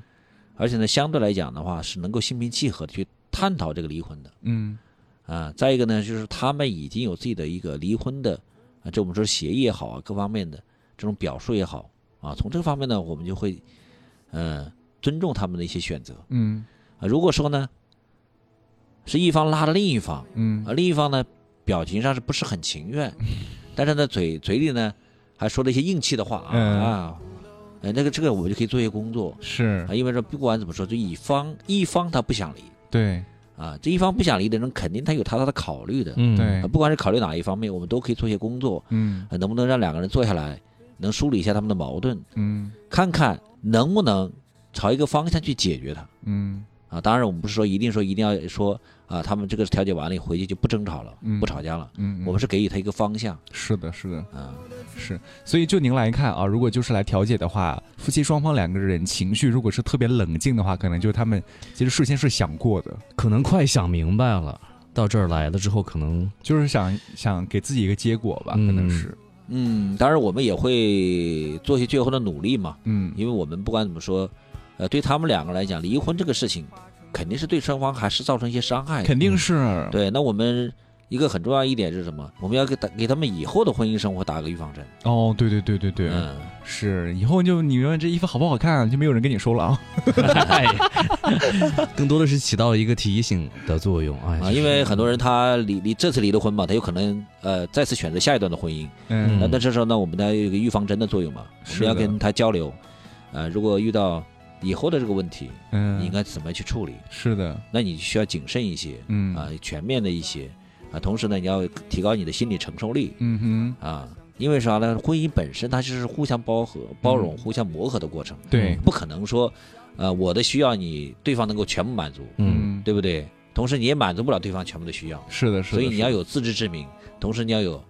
Speaker 2: 而且呢，相对来讲的话是能够心平气和的去探讨这个离婚的
Speaker 1: 嗯
Speaker 2: 啊。再一个呢，就是他们已经有自己的一个离婚的啊，这我们说协议也好啊，各方面的这种表述也好啊，从这个方面呢，我们就会呃尊重他们的一些选择
Speaker 1: 嗯
Speaker 2: 啊。如果说呢，是一方拉着另一方。啊
Speaker 1: 嗯
Speaker 2: 而另一方呢，表情上是不是很情 愿，但是呢，嘴嘴里呢还说了一些硬气的话啊、
Speaker 1: 嗯
Speaker 2: 啊，呃，那个这个我们就可以做一些工作
Speaker 1: 是
Speaker 2: 啊，因为说不管怎么说，就乙方一方他不想离
Speaker 1: 对
Speaker 2: 啊，这一方不想离的人肯定他有他他的考虑的、
Speaker 3: 嗯
Speaker 1: 对
Speaker 2: 啊，不管是考虑哪一方面，我们都可以做一些工作，
Speaker 1: 嗯
Speaker 2: 啊、能不能让两个人坐下来，能梳理一下他们的矛盾，
Speaker 1: 嗯
Speaker 2: 看看能不能朝一个方向去解决它。
Speaker 1: 嗯。
Speaker 2: 啊，当然我们不是说一定说一定要说啊，他们这个调解完了以后回去就不争吵了，
Speaker 1: 嗯
Speaker 2: 不吵架了。
Speaker 1: 嗯，
Speaker 2: 我们是给予他一个方向
Speaker 1: 是的，是的，
Speaker 2: 啊，
Speaker 1: 是。所以就您来看啊，如果就是来调解的话，夫妻双方两个人情绪如果是特别冷静的话，可能就是他们其实事先是想过的，
Speaker 3: 可能快想明白了，到这儿来了之后，可能
Speaker 1: 就是想想给自己一个结果吧，可能
Speaker 3: 嗯
Speaker 1: 是。
Speaker 2: 嗯，当然我们也会做一些最后的努力嘛，
Speaker 1: 嗯
Speaker 2: 因为我们不管怎么说，呃，对他们两个来讲，离婚这个事情肯定是对双方还是造成一些伤害的。
Speaker 1: 肯定是。
Speaker 2: 嗯对，那我们一个很重要一点是什么？我们要给打给他们以后的婚姻生活打个预防针。
Speaker 1: 哦，对对对对对，
Speaker 2: 嗯，
Speaker 1: 是。以后就你问这衣服好不好看，就没有人跟你说了啊。
Speaker 3: 哎更多的是起到一个提醒的作用。哎，
Speaker 2: 啊，因为很多人他离离这次离了婚嘛，他有可能呃再次选择下一段的婚姻。
Speaker 1: 嗯
Speaker 2: 那那这时候呢，我们呢有一个预防针的作用嘛，我
Speaker 1: 是
Speaker 2: 们要
Speaker 1: 的
Speaker 2: 跟他交流，呃，如果遇到以后的这个问题，你应
Speaker 1: 嗯，
Speaker 2: 该怎么去处理？
Speaker 1: 是的，
Speaker 2: 那你需要谨慎一些，
Speaker 1: 嗯
Speaker 2: 啊，全面的一些，啊，同时呢，你要提高你的心理承受力
Speaker 1: 嗯哼，
Speaker 2: 啊，因为啥呢？婚姻本身它就是互相包和、包容、互相磨合的过程，
Speaker 1: 嗯对，
Speaker 2: 不可能说，呃，我的需要你对方能够全部满足，
Speaker 3: 嗯，
Speaker 2: 对不对？同时你也满足不了对方全部的需要，
Speaker 1: 是的，是的。
Speaker 2: 所以你要
Speaker 1: 有
Speaker 2: 有自知之明，同时你要有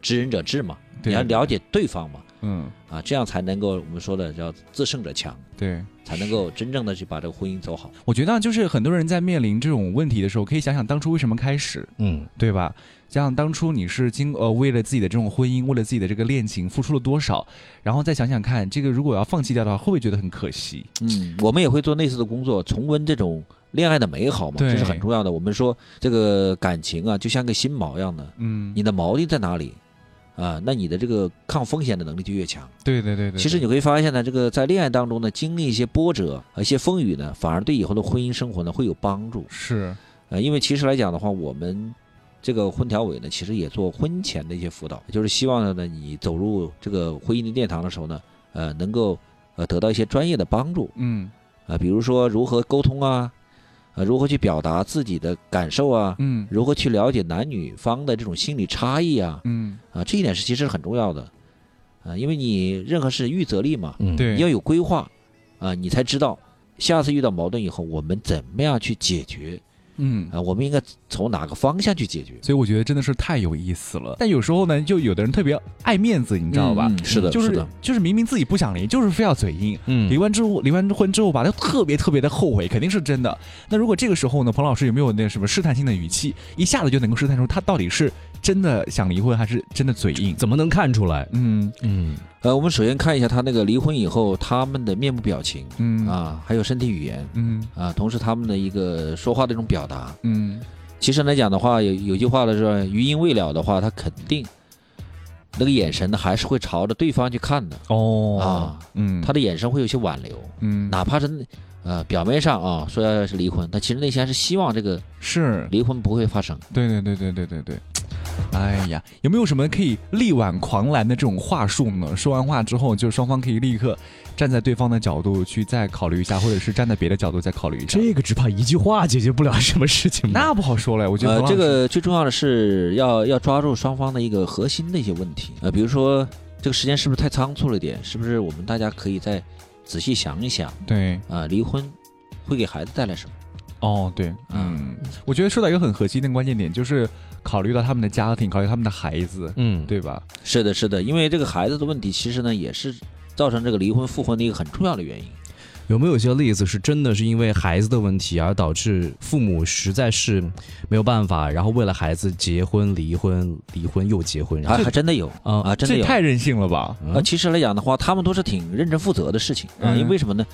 Speaker 2: 知人者智嘛，
Speaker 1: 对
Speaker 2: 你要了解对方嘛，
Speaker 1: 嗯，
Speaker 2: 啊，这样才能够我们说的叫自胜者强，
Speaker 1: 对。
Speaker 2: 才能够真正的去把这个婚姻走好。
Speaker 1: 我觉得啊就是很多人在面临这种问题的时候，可以想想当初为什么开始，
Speaker 3: 嗯，
Speaker 1: 对吧？想想当初你是经呃为了自己的这种婚姻，为了自己的这个恋情付出了多少，然后再想想看，这个如果要放弃掉的话，会不会觉得很可惜？
Speaker 2: 嗯，我们也会做类似的工作，重温这种恋爱的美好嘛，
Speaker 1: 对
Speaker 2: 这是很重要的。我们说这个感情啊，就像个新毛一样的，
Speaker 1: 嗯，
Speaker 2: 你的锚定在哪里啊？那你的这个抗风险的能力就越强。
Speaker 1: 对对对对，
Speaker 2: 其实你会发现呢，这个在恋爱当中呢，经历一些波折、一些风雨呢，反而对以后的婚姻生活呢会有帮助。
Speaker 1: 是
Speaker 2: 呃，因为其实来讲的话，我们这个婚调委呢，其实也做婚前的一些辅导，就是希望呢，你走入这个婚姻的殿堂的时候呢，呃，能够呃得到一些专业的帮助
Speaker 1: 嗯
Speaker 2: 啊、比如说如何沟通啊，呃，如何去表达自己的感受啊，
Speaker 1: 嗯
Speaker 2: 如何去了解男女方的这种心理差异啊，
Speaker 1: 嗯，
Speaker 2: 啊、这一点是其实很重要的，啊、因为你任何事预则立嘛，
Speaker 3: 嗯，
Speaker 1: 对，
Speaker 2: 你要有规划啊、你才知道下次遇到矛盾以后，我们怎么样去解决。
Speaker 1: 嗯
Speaker 2: 啊，我们应该从哪个方向去解决？
Speaker 1: 所以我觉得真的是太有意思了。但有时候呢，就有的人特别爱面子，你知道吧？
Speaker 2: 嗯嗯是的
Speaker 1: 就是
Speaker 2: 的
Speaker 1: 就是明明自己不想离，就是非要嘴硬。离
Speaker 3: 嗯，
Speaker 1: 完之后，离完婚之后吧，他特别特别的后悔，肯定是真的。那如果这个时候呢，彭老师有没有那什么试探性的语气，一下子就能够试探出他到底是真的想离婚，还是真的嘴硬？
Speaker 3: 怎么能看出来？
Speaker 1: 嗯
Speaker 3: 嗯
Speaker 2: 呃，我们首先看一下他那个离婚以后他们的面部表情
Speaker 1: 嗯
Speaker 2: 啊，还有身体语言
Speaker 1: 嗯
Speaker 2: 啊，同时他们的一个说话的一种表达。
Speaker 1: 嗯
Speaker 2: 其实来讲的话，有有句话的是余音未了的话，他肯定那个眼神呢还是会朝着对方去看的
Speaker 1: 哦
Speaker 2: 啊，
Speaker 1: 嗯
Speaker 2: 他的眼神会有些挽留，
Speaker 1: 嗯
Speaker 2: 哪怕是呃表面上啊说要是离婚，但其实内心还是希望这个
Speaker 1: 是
Speaker 2: 离婚不会发生。
Speaker 1: 对对对对对对对。哎呀，有没有什么可以力挽狂澜的这种话术呢？说完话之后，就双方可以立刻站在对方的角度去再考虑一下，或者是站在别的角度再考虑一下。
Speaker 3: 这个只怕一句话解决不了什么事情吧。
Speaker 1: 那不好说了，我觉得、
Speaker 2: 呃，这个最重要的是要要抓住双方的一个核心的一些问题，呃，比如说这个时间是不是太仓促了一点？是不是我们大家可以再仔细想一想
Speaker 1: 对
Speaker 2: 啊、离婚会给孩子带来什么？
Speaker 1: 哦对，嗯，我觉得说到一个很核心的关键点，就是考虑到他们的家庭，考虑他们的孩子，
Speaker 3: 嗯，
Speaker 1: 对吧？
Speaker 2: 是的，是的，因为这个孩子的问题，其实呢也是造成这个离婚复婚的一个很重要的原因。
Speaker 3: 有没有些例子是真的是因为孩子的问题而导致父母实在是没有办法，然后为了孩子结婚、离婚、离婚又结婚，然
Speaker 2: 还
Speaker 3: 后
Speaker 2: 还真的有
Speaker 1: 嗯
Speaker 3: 啊
Speaker 2: 啊，真的
Speaker 1: 这也
Speaker 2: 有。
Speaker 1: 太任性了吧？
Speaker 2: 啊，其实来讲的话，他们都是挺认真负责的事情啊，
Speaker 1: 嗯
Speaker 2: 因为为什么呢？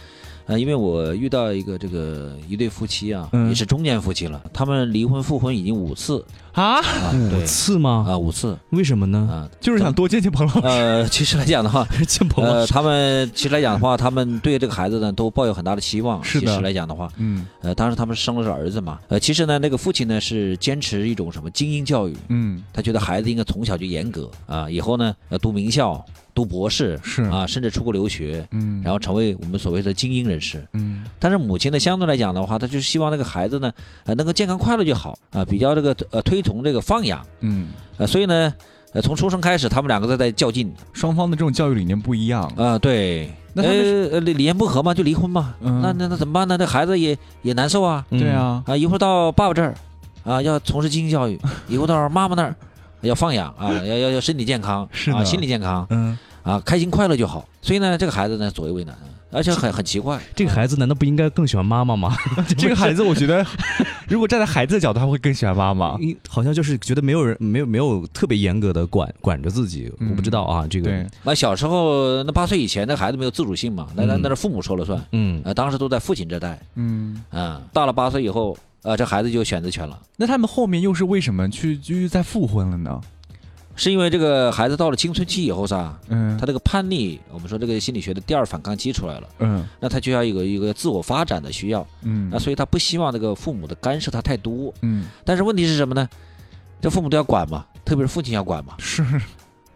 Speaker 2: 啊，因为我遇到一个这个一对夫妻啊，
Speaker 1: 嗯
Speaker 2: 也是中年夫妻了，他们离婚复婚已经五次
Speaker 1: 啊，
Speaker 2: 啊，
Speaker 3: 五
Speaker 2: 对
Speaker 3: 次吗？
Speaker 2: 啊，五次
Speaker 3: 为什么呢？
Speaker 2: 啊，
Speaker 1: 就是想多见见彭老师。
Speaker 2: 呃，其实来 讲的话，
Speaker 3: 见朋友
Speaker 2: 呃，他们其实来讲的话，他们对这个孩子呢都抱有很大的期望。
Speaker 1: 是的
Speaker 2: 其实来讲的话，
Speaker 1: 嗯
Speaker 2: 呃，当时他们生了是儿子嘛，呃，其实呢，那个父亲呢是坚持一种什么精英教育，
Speaker 1: 嗯，
Speaker 2: 他觉得孩子应该从小就严格啊，以后呢要读名校、读博士
Speaker 1: 是，
Speaker 2: 啊，甚至出国留学。
Speaker 1: 嗯，
Speaker 2: 然后成为我们所谓的精英人士，
Speaker 1: 嗯
Speaker 2: 但是母亲呢，相对来讲的话，她就是希望那个孩子呢，呃，能够健康快乐就好啊、比较这个呃推崇这个放养，
Speaker 1: 嗯，
Speaker 2: 呃，所以呢，呃，从出生开始，他们两个都在较劲，
Speaker 1: 双方的这种教育理念不一样。
Speaker 2: 啊、对，
Speaker 1: 那他们
Speaker 2: 呃呃，理理念不合嘛，就离婚嘛。
Speaker 1: 嗯
Speaker 2: 那那那怎么办呢？那孩子也也难受啊
Speaker 3: 嗯
Speaker 1: 对啊，
Speaker 2: 啊！一会儿到爸爸这儿，啊，要从事精 英教育，以后到妈妈那儿要放养啊，要要要身体健康，
Speaker 1: 是
Speaker 2: 啊，
Speaker 1: 呢
Speaker 2: 心理健康
Speaker 1: 嗯，
Speaker 2: 啊，开心快乐就好。所以呢，这个孩子呢左右为难，啊而且很很奇怪，
Speaker 3: 这个孩子难道不应该更喜欢妈妈吗？
Speaker 1: 这个孩子我觉得，如果站在孩子的角度，他会更喜欢妈妈。
Speaker 3: 因好像就是觉得没有人没有没有特别严格的管管着自己，我不知道啊，这
Speaker 1: 嗯对
Speaker 3: 个，
Speaker 2: 完小时候那八岁以前，那孩子没有自主性嘛，那那
Speaker 3: 嗯
Speaker 2: 那是父母说了算，
Speaker 3: 嗯，
Speaker 2: 啊，当时都在父亲这代，
Speaker 1: 嗯，
Speaker 2: 啊，到了八岁以后，啊，这孩子就有选择权了。
Speaker 1: 那他们后面又是为什么去又再复婚了呢？
Speaker 2: 是因为这个孩子到了青春期以后噻，
Speaker 1: 嗯
Speaker 2: 他这个叛逆，我们说这个心理学的第二反抗期出来了，
Speaker 1: 嗯
Speaker 2: 那他就要有一个一个自我发展的需要，
Speaker 1: 嗯
Speaker 2: 那所以他不希望这个父母的干涉他太多，
Speaker 1: 嗯，
Speaker 2: 但是问题是什么呢？这父母都要管嘛，特别是父亲要管嘛，
Speaker 1: 是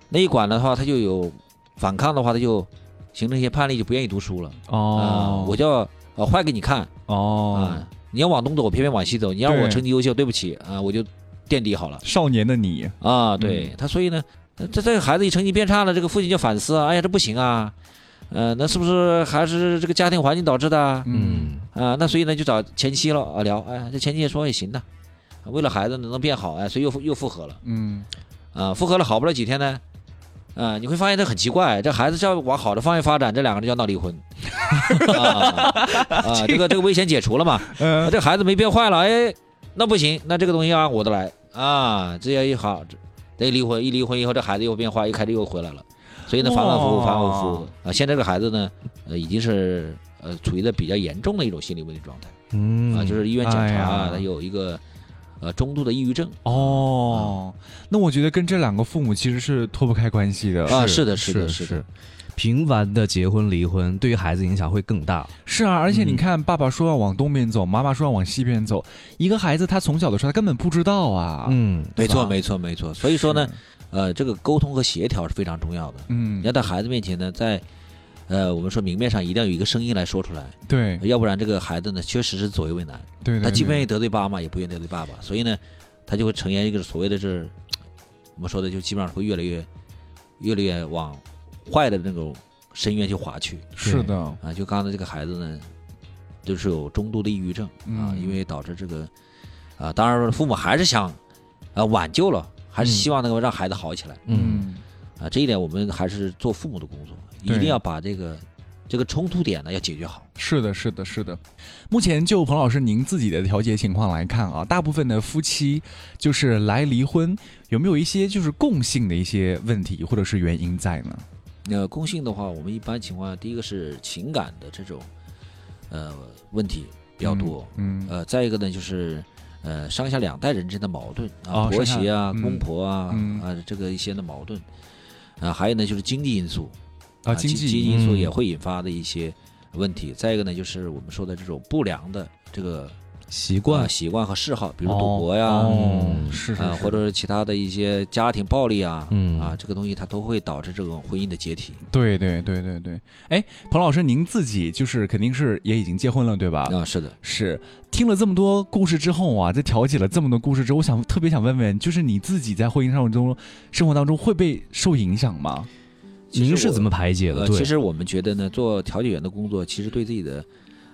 Speaker 2: 那一管的话，他就有反抗的话，他就形成一些叛逆，就不愿意读书了啊、
Speaker 1: 哦，
Speaker 2: 我就要呃坏给你看啊、
Speaker 1: 哦，
Speaker 2: 你要往东走，我偏偏往西走，你要我
Speaker 1: 对
Speaker 2: 成绩优秀，对不起啊、我就垫底好了。
Speaker 1: 少年的你，
Speaker 2: 啊，对、他，所以呢，呃这这个孩子一成绩变差了，这个父亲就反思啊，哎呀，这不行啊，呃，那是不是还是这个家庭环境导致的啊？
Speaker 3: 嗯，
Speaker 2: 啊那所以呢，就找前妻了啊聊，哎，这前妻也说也行的，为了孩子能变好，哎，所以又复又复合了，
Speaker 1: 嗯
Speaker 2: 啊，复合了好不了几天呢。啊、你会发现这很奇怪，这孩子是要往好的方向发展，这两个人就要闹离婚，啊，啊这个这个危险解除了嘛？啊
Speaker 1: 嗯
Speaker 2: 这孩子没变坏了，哎，那不行，那这个东西要按我的来啊，这样一好，这得离婚，一离婚以后，这孩子又变坏，一开始又回来了，所以呢，反反复复，
Speaker 1: 哇
Speaker 2: 反反复复啊。现在这个孩子呢，呃，已经是呃处于的比较严重的一种心理问题状态
Speaker 3: 嗯
Speaker 2: 啊，就是医院检
Speaker 1: 哎
Speaker 2: 查
Speaker 1: 呀
Speaker 2: 啊，他有一个呃中度的抑郁症
Speaker 1: 哦，那我觉得跟这两个父母其实是脱不开关系的
Speaker 2: 啊，
Speaker 3: 是
Speaker 2: 是的，是的，
Speaker 3: 是
Speaker 2: 是的，
Speaker 3: 频繁的结婚离婚对于孩子影响会更大，
Speaker 1: 是啊，而且你看，爸爸说要往东边走，妈妈说要往西边走，一个孩子他从小的时候他根本不知道啊。
Speaker 3: 嗯，
Speaker 2: 没错，
Speaker 1: 吧
Speaker 2: 没错，没错。所以说呢，呃，这个沟通和协调是非常重要的。
Speaker 1: 嗯
Speaker 2: 你，要在孩子面前呢，在呃我们说明面上一定要有一个声音来说出来。
Speaker 1: 对
Speaker 2: 要不然这个孩子呢，确实是左右为难，
Speaker 1: 对对，
Speaker 2: 他既不愿
Speaker 1: 对
Speaker 2: 意得罪妈妈，也不愿意得罪爸爸，所以呢，他就会呈现一个所谓的是，我们说的就基本上会越来越，越来越往坏的那种深渊去滑去
Speaker 1: 是的，
Speaker 2: 啊！就刚才这个孩子呢，就是有中度的抑郁症啊，
Speaker 1: 嗯
Speaker 2: 因为导致这个啊，当然父母还是想啊挽救了，还是希
Speaker 1: 嗯
Speaker 2: 望能够让孩子好起来
Speaker 3: 嗯，
Speaker 2: 啊，这一点我们还是做父母的工作，一
Speaker 1: 对
Speaker 2: 定要把这个这个冲突点呢要解决好。
Speaker 1: 是的，是的，是的。目前就彭老师您自己的调解情况来看啊，大部分的夫妻就是来离婚，有没有一些就是共性的一些问题或者是原因在呢？
Speaker 2: 那共性的话，我们一般情况下，第一个是情感的这种呃问题比较多，
Speaker 1: 嗯，
Speaker 2: 呃，再一个呢就是呃上下两代人之间的矛盾啊，
Speaker 1: 哦
Speaker 2: 婆
Speaker 1: 上下
Speaker 2: 媳啊、
Speaker 1: 嗯
Speaker 2: 公婆啊、
Speaker 1: 嗯
Speaker 2: 啊这个一些的矛盾，啊，还有呢就是经济因素
Speaker 1: 啊，经
Speaker 2: 呃经济
Speaker 1: 济，
Speaker 2: 因素
Speaker 3: 嗯
Speaker 2: 也会引发的一些问题。再一个呢就是我们说的这种不良的这个
Speaker 3: 习
Speaker 2: 呃
Speaker 3: 惯，
Speaker 2: 习惯和嗜好，比
Speaker 1: 比
Speaker 2: 如说赌博呀。
Speaker 1: 哦，
Speaker 3: 嗯
Speaker 1: 是是
Speaker 2: 啊，
Speaker 1: 是
Speaker 2: 或者是其他的一些家庭暴力啊，
Speaker 3: 嗯
Speaker 2: 啊，这个东西它都会导致这种婚姻的解体
Speaker 1: 对对对对对。哎，彭老师，您自己就是肯定是也已经结婚了，对吧？
Speaker 2: 啊，是的。
Speaker 1: 是听了这么多故事之后啊，在调解了这么多故事之后，我想特别想问问，就是你自己在婚姻生活中生活当中会被受影响吗？
Speaker 2: 其实
Speaker 3: 您是
Speaker 2: 我
Speaker 3: 怎么排解的？
Speaker 2: 呃，
Speaker 3: 对，
Speaker 2: 其实我们觉得呢，做调解员的工作，其实对自己的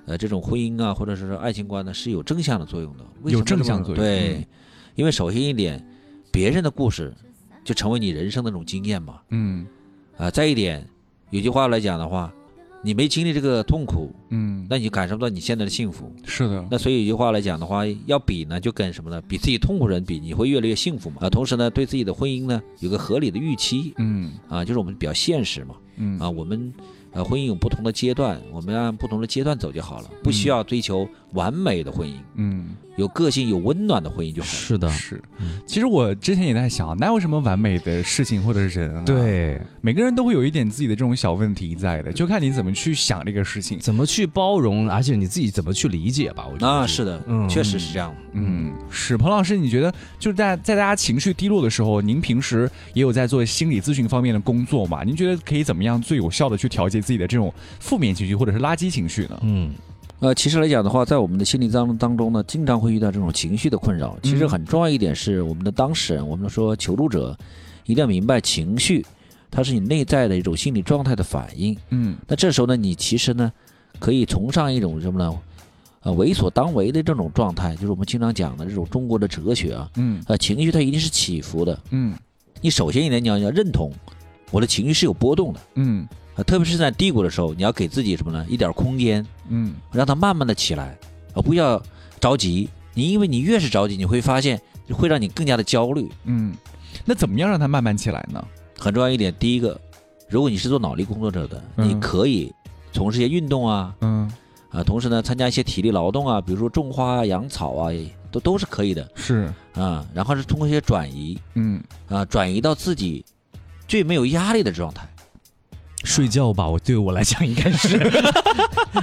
Speaker 2: 呃这种婚姻啊，或者是说爱情观呢，是有正向的作用的。为什
Speaker 1: 有
Speaker 2: 么这
Speaker 1: 正
Speaker 2: 么
Speaker 1: 向
Speaker 2: 说
Speaker 1: 作
Speaker 2: 呢
Speaker 1: 用
Speaker 2: 对
Speaker 1: 嗯，
Speaker 2: 因为首先一点，别人的故事就成为你人生的那种经验嘛。
Speaker 1: 嗯
Speaker 2: 啊，再一点，有句话来讲的话，你没经历这个痛苦，
Speaker 1: 嗯，
Speaker 2: 那你就感受不到你现在的幸福。
Speaker 1: 是的，
Speaker 2: 那所以有句话来讲的话，要比呢，就跟什么呢？比自己痛苦人比，你会越来越幸福嘛。啊，同时呢，对自己的婚姻呢，有个合理的预期
Speaker 1: 嗯
Speaker 2: 啊，就是我们比较现实嘛。
Speaker 1: 嗯
Speaker 2: 啊，我们呃婚姻有不同的阶段，我们按不同的阶段走就好了，不需要追求完美的婚姻，
Speaker 1: 嗯，
Speaker 2: 有个性、有温暖的婚姻就好了。
Speaker 3: 是的，
Speaker 1: 是。
Speaker 2: 嗯
Speaker 1: 其实我之前也在想，哪有什么完美的事情或者人、啊？，
Speaker 3: 对，
Speaker 1: 每个人都会有一点自己的这种小问题在的，就看你怎么去想这个事情。
Speaker 3: 怎么去包容，而且你自己怎么去理解吧？我觉得
Speaker 2: 啊，是的，
Speaker 3: 嗯
Speaker 2: 确实是这样。
Speaker 1: 嗯，是彭老师，你觉得就是在在大家情绪低落的时候，您平时也有在做心理咨询方面的工作嘛？您觉得可以怎么样最有效的去调节自己的这种负面情绪或者是垃圾情绪呢？
Speaker 3: 嗯，
Speaker 2: 呃，其实来讲的话，在我们的心理当当中呢，经常会遇到这种情绪的困扰。其实
Speaker 1: 嗯
Speaker 2: 很重要一点是，我们的当事人，我们说求助者，一定要明白情绪，它是你内在的一种心理状态的反应。
Speaker 1: 嗯
Speaker 2: 那这时候呢，你其实呢，可以崇尚一种什么呢？呃为所当为的这种状态，就是我们经常讲的这种中国的哲学啊，
Speaker 1: 嗯
Speaker 2: 呃，情绪它一定是起伏的。
Speaker 1: 嗯
Speaker 2: 你首先一点，你要你要认同我的情绪是有波动的，
Speaker 1: 嗯
Speaker 2: 啊，特别是在低谷的时候，你要给自己什么呢？一点空间，
Speaker 1: 嗯
Speaker 2: 让它慢慢的起来，啊，不要着急。你因为你越是着急，你会发现会让你更加的焦虑。
Speaker 1: 嗯，那怎么样让它慢慢起来呢？
Speaker 2: 很重要一点，第一个，如果你是做脑力工作者的，
Speaker 1: 嗯
Speaker 2: 你可以从事一些运动啊，
Speaker 1: 嗯，
Speaker 2: 啊，同时呢参加一些体力劳动啊，比如说种花啊、养草啊，也都都是可以的
Speaker 1: 是，
Speaker 2: 啊。然后是通过一些转移
Speaker 1: 嗯
Speaker 2: 啊，转移到自己最没有压力的状态。
Speaker 3: 睡觉吧，我对我来讲应该是，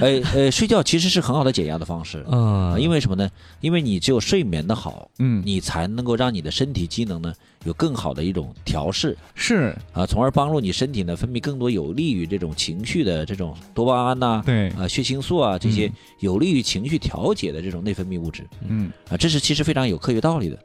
Speaker 2: 哎呃，睡觉其实是很好的解压的方式。啊，
Speaker 3: 嗯，
Speaker 2: 因
Speaker 3: 为
Speaker 2: 为什么呢？因为你只有睡眠的好，
Speaker 1: 嗯，
Speaker 2: 你才能够让你的身体机能呢有更好的一种调试
Speaker 1: 是
Speaker 2: 啊，从而帮助你身体呢分泌更多有利于这种情绪的这种多巴胺呐、
Speaker 1: 对
Speaker 2: 啊、，血清素啊这些有利于情绪调节的这种内分泌物质
Speaker 1: 嗯。
Speaker 2: 啊，这是其实非常有科学道理的。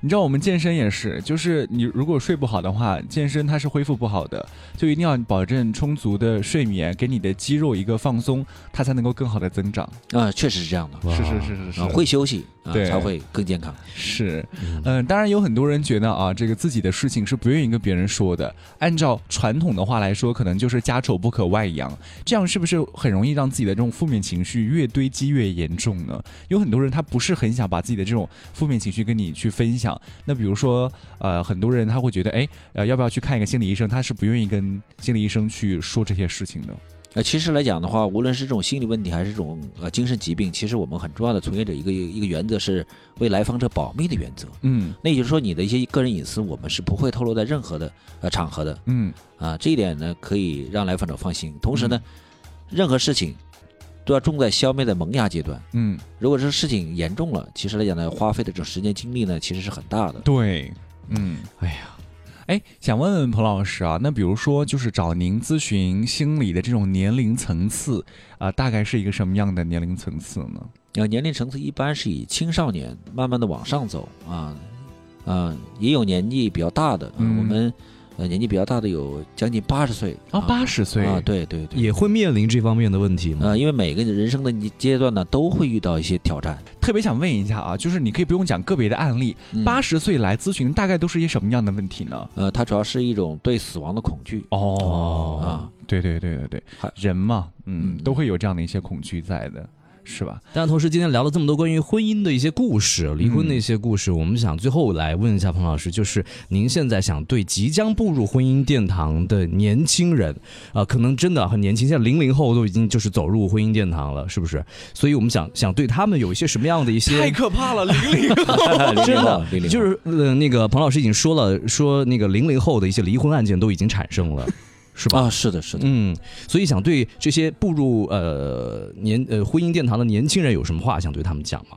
Speaker 1: 你知道我们健身也是，就是你如果睡不好的话，健身它是恢复不好的，就一定要保证充足的睡眠，给你的肌肉一个放松，它才能够更好的增长。
Speaker 2: 啊，确实是这样的
Speaker 1: 是是是是是，
Speaker 2: 啊，会休息啊，
Speaker 1: 对
Speaker 2: 才会更健康。
Speaker 1: 是，嗯、当然有很多人觉得啊，这个自己的事情是不愿意跟别人说的。按照传统的话来说，可能就是家丑不可外扬，这样是不是很容易让自己的这种负面情绪越堆积越严重呢？有很多人他不是很想把自己的这种负面情绪跟你去分享。那比如说，呃，很多人他会觉得，哎，呃，要不要去看一个心理医生？他是不愿意跟心理医生去说这些事情的。
Speaker 2: 呃，其实来讲的话，无论是这种心理问题还是这种呃精神疾病，其实我们很重要的从业者一个一个原则是为来访者保密的原则。
Speaker 1: 嗯
Speaker 2: 那也就是说，你的一些个人隐私，我们是不会透露在任何的呃场合的
Speaker 1: 嗯
Speaker 2: 啊。这一点呢，可以让来访者放心。同时呢，任何事情都要重在消灭的萌芽阶段。
Speaker 1: 嗯，
Speaker 2: 如果这事情严重了，其实来讲呢，花费的这种时间精力呢，其实是很大的。
Speaker 1: 对，嗯，
Speaker 3: 哎
Speaker 1: 呀，哎，想问问彭老师啊，那比如说就是找您咨询心理的这种年龄层次啊、大概是一个什么样的年龄层次呢？
Speaker 2: 呃，年龄层次一般是以青少年慢慢的往上走啊，啊，也有年纪比较大的，啊
Speaker 1: 嗯
Speaker 2: 我们呃年纪比较大的有将近八十岁
Speaker 1: 啊，八十岁嗯
Speaker 2: 啊，，对对对，
Speaker 3: 也会面临这方面的问题吗？
Speaker 2: 呃，因为每个人生的阶段呢，都会遇到一些挑战。
Speaker 1: 特别想问一下啊，就是你可以不用讲个别的案例，
Speaker 2: 嗯
Speaker 1: 八十岁来咨询大概都是一些什么样的问题呢？
Speaker 2: 呃，它主要是一种对死亡的恐惧。
Speaker 1: 哦
Speaker 2: 呃啊，
Speaker 1: 对对对对对
Speaker 2: 还，
Speaker 1: 人嘛，嗯，
Speaker 2: 嗯
Speaker 1: 都会有这样的一些恐惧在的，是 吧？
Speaker 3: 但同时，今天聊了这么多关于婚姻的一些故事，离婚的一些故事，我们想最后来问一下彭老师，就是您现在想对即将步入婚姻殿堂的年轻人，啊、可能真的很年轻，现在零零后都已经就是走入婚姻殿堂了，是不是？所以我们想想对他们有一些什么样的 一些
Speaker 1: 可怕了，零零后
Speaker 2: 真
Speaker 3: 真的
Speaker 2: 零零后
Speaker 3: 就是呃，那个彭老师已经说了，说那个零零后的一些离婚案件都已经产生了，是吧？
Speaker 2: 啊，是的，是的。
Speaker 3: 嗯，所以想对这些步入呃年呃婚姻殿堂的年轻人有什么话想对他们讲吗？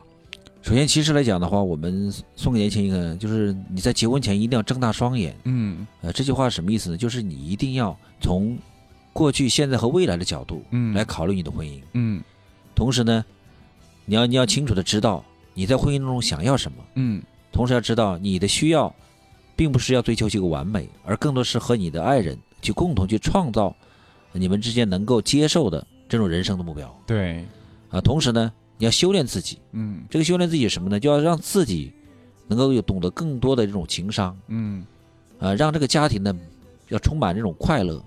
Speaker 2: 首先，其实来讲的话，我们送给年轻一个，就是你在结婚前一定要睁大双眼。
Speaker 1: 嗯
Speaker 2: 呃，这句话是什么意思呢？就是你一定要从过去、现在和未来的角度
Speaker 1: 嗯
Speaker 2: 来考虑你的婚姻。
Speaker 1: 嗯
Speaker 2: 同时呢，你要你要清楚的知道你在婚姻中想要什么，
Speaker 1: 嗯
Speaker 2: 同时要知道你的需要，并不是要追求这个完美，而更多是和你的爱人去共同去创造你们之间能够接受的这种人生的目标
Speaker 1: 对，
Speaker 2: 啊。同时呢，你要修炼自己，
Speaker 1: 嗯
Speaker 2: 这个修炼自己是什么呢？就要让自己能够有懂得更多的这种情商
Speaker 1: 嗯。
Speaker 2: 啊，让这个家庭呢要充满这种快乐。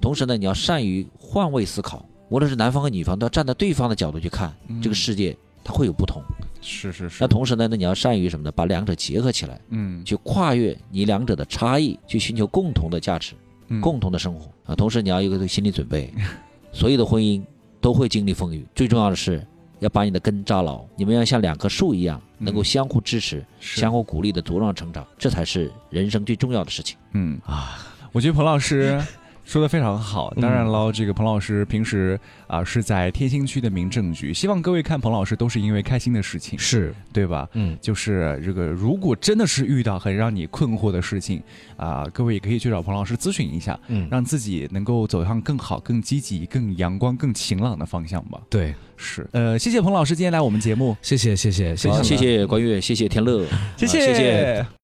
Speaker 2: 同时呢，你要善于换位思考，无论是男方和女方，都要站在对方的角度去看、这个世界，它会有不同。
Speaker 1: 是是嗯是，
Speaker 2: 那同时呢，那你要善于什么呢？把两者结合起来，
Speaker 1: 嗯
Speaker 2: 去跨越你两者的差异，去寻求共同的价值、
Speaker 1: 嗯
Speaker 2: 共同的生活啊。同时，你要有一个心理准 备，所有的婚姻都会经历风雨。最重要的是要把你的根扎牢，你们要像两棵树一样，能够
Speaker 1: 嗯
Speaker 2: 相互支持、
Speaker 1: 是
Speaker 2: 相互鼓励的茁壮成长，这才是人生最重要的事情。
Speaker 1: 嗯啊，我觉得彭老师。说的非常好，当然喽，这个彭老师平时啊、是在天心区的民政局，希望各位看彭老师都是因为开心的事情，
Speaker 3: 是，
Speaker 1: 对吧？
Speaker 3: 嗯，
Speaker 1: 就是这个，如果真的是遇到很让你困惑的事情啊、各位也可以去找彭老师咨询一下，
Speaker 3: 嗯
Speaker 1: 让自己能够走向更好、更积极、更阳光、更晴朗的方向吧。
Speaker 3: 对，
Speaker 1: 是，呃，谢谢彭老师今天来我们节目，
Speaker 3: 谢谢谢谢谢谢
Speaker 2: 谢谢关悦，谢谢天乐，啊
Speaker 1: 谢
Speaker 2: 谢谢
Speaker 1: 谢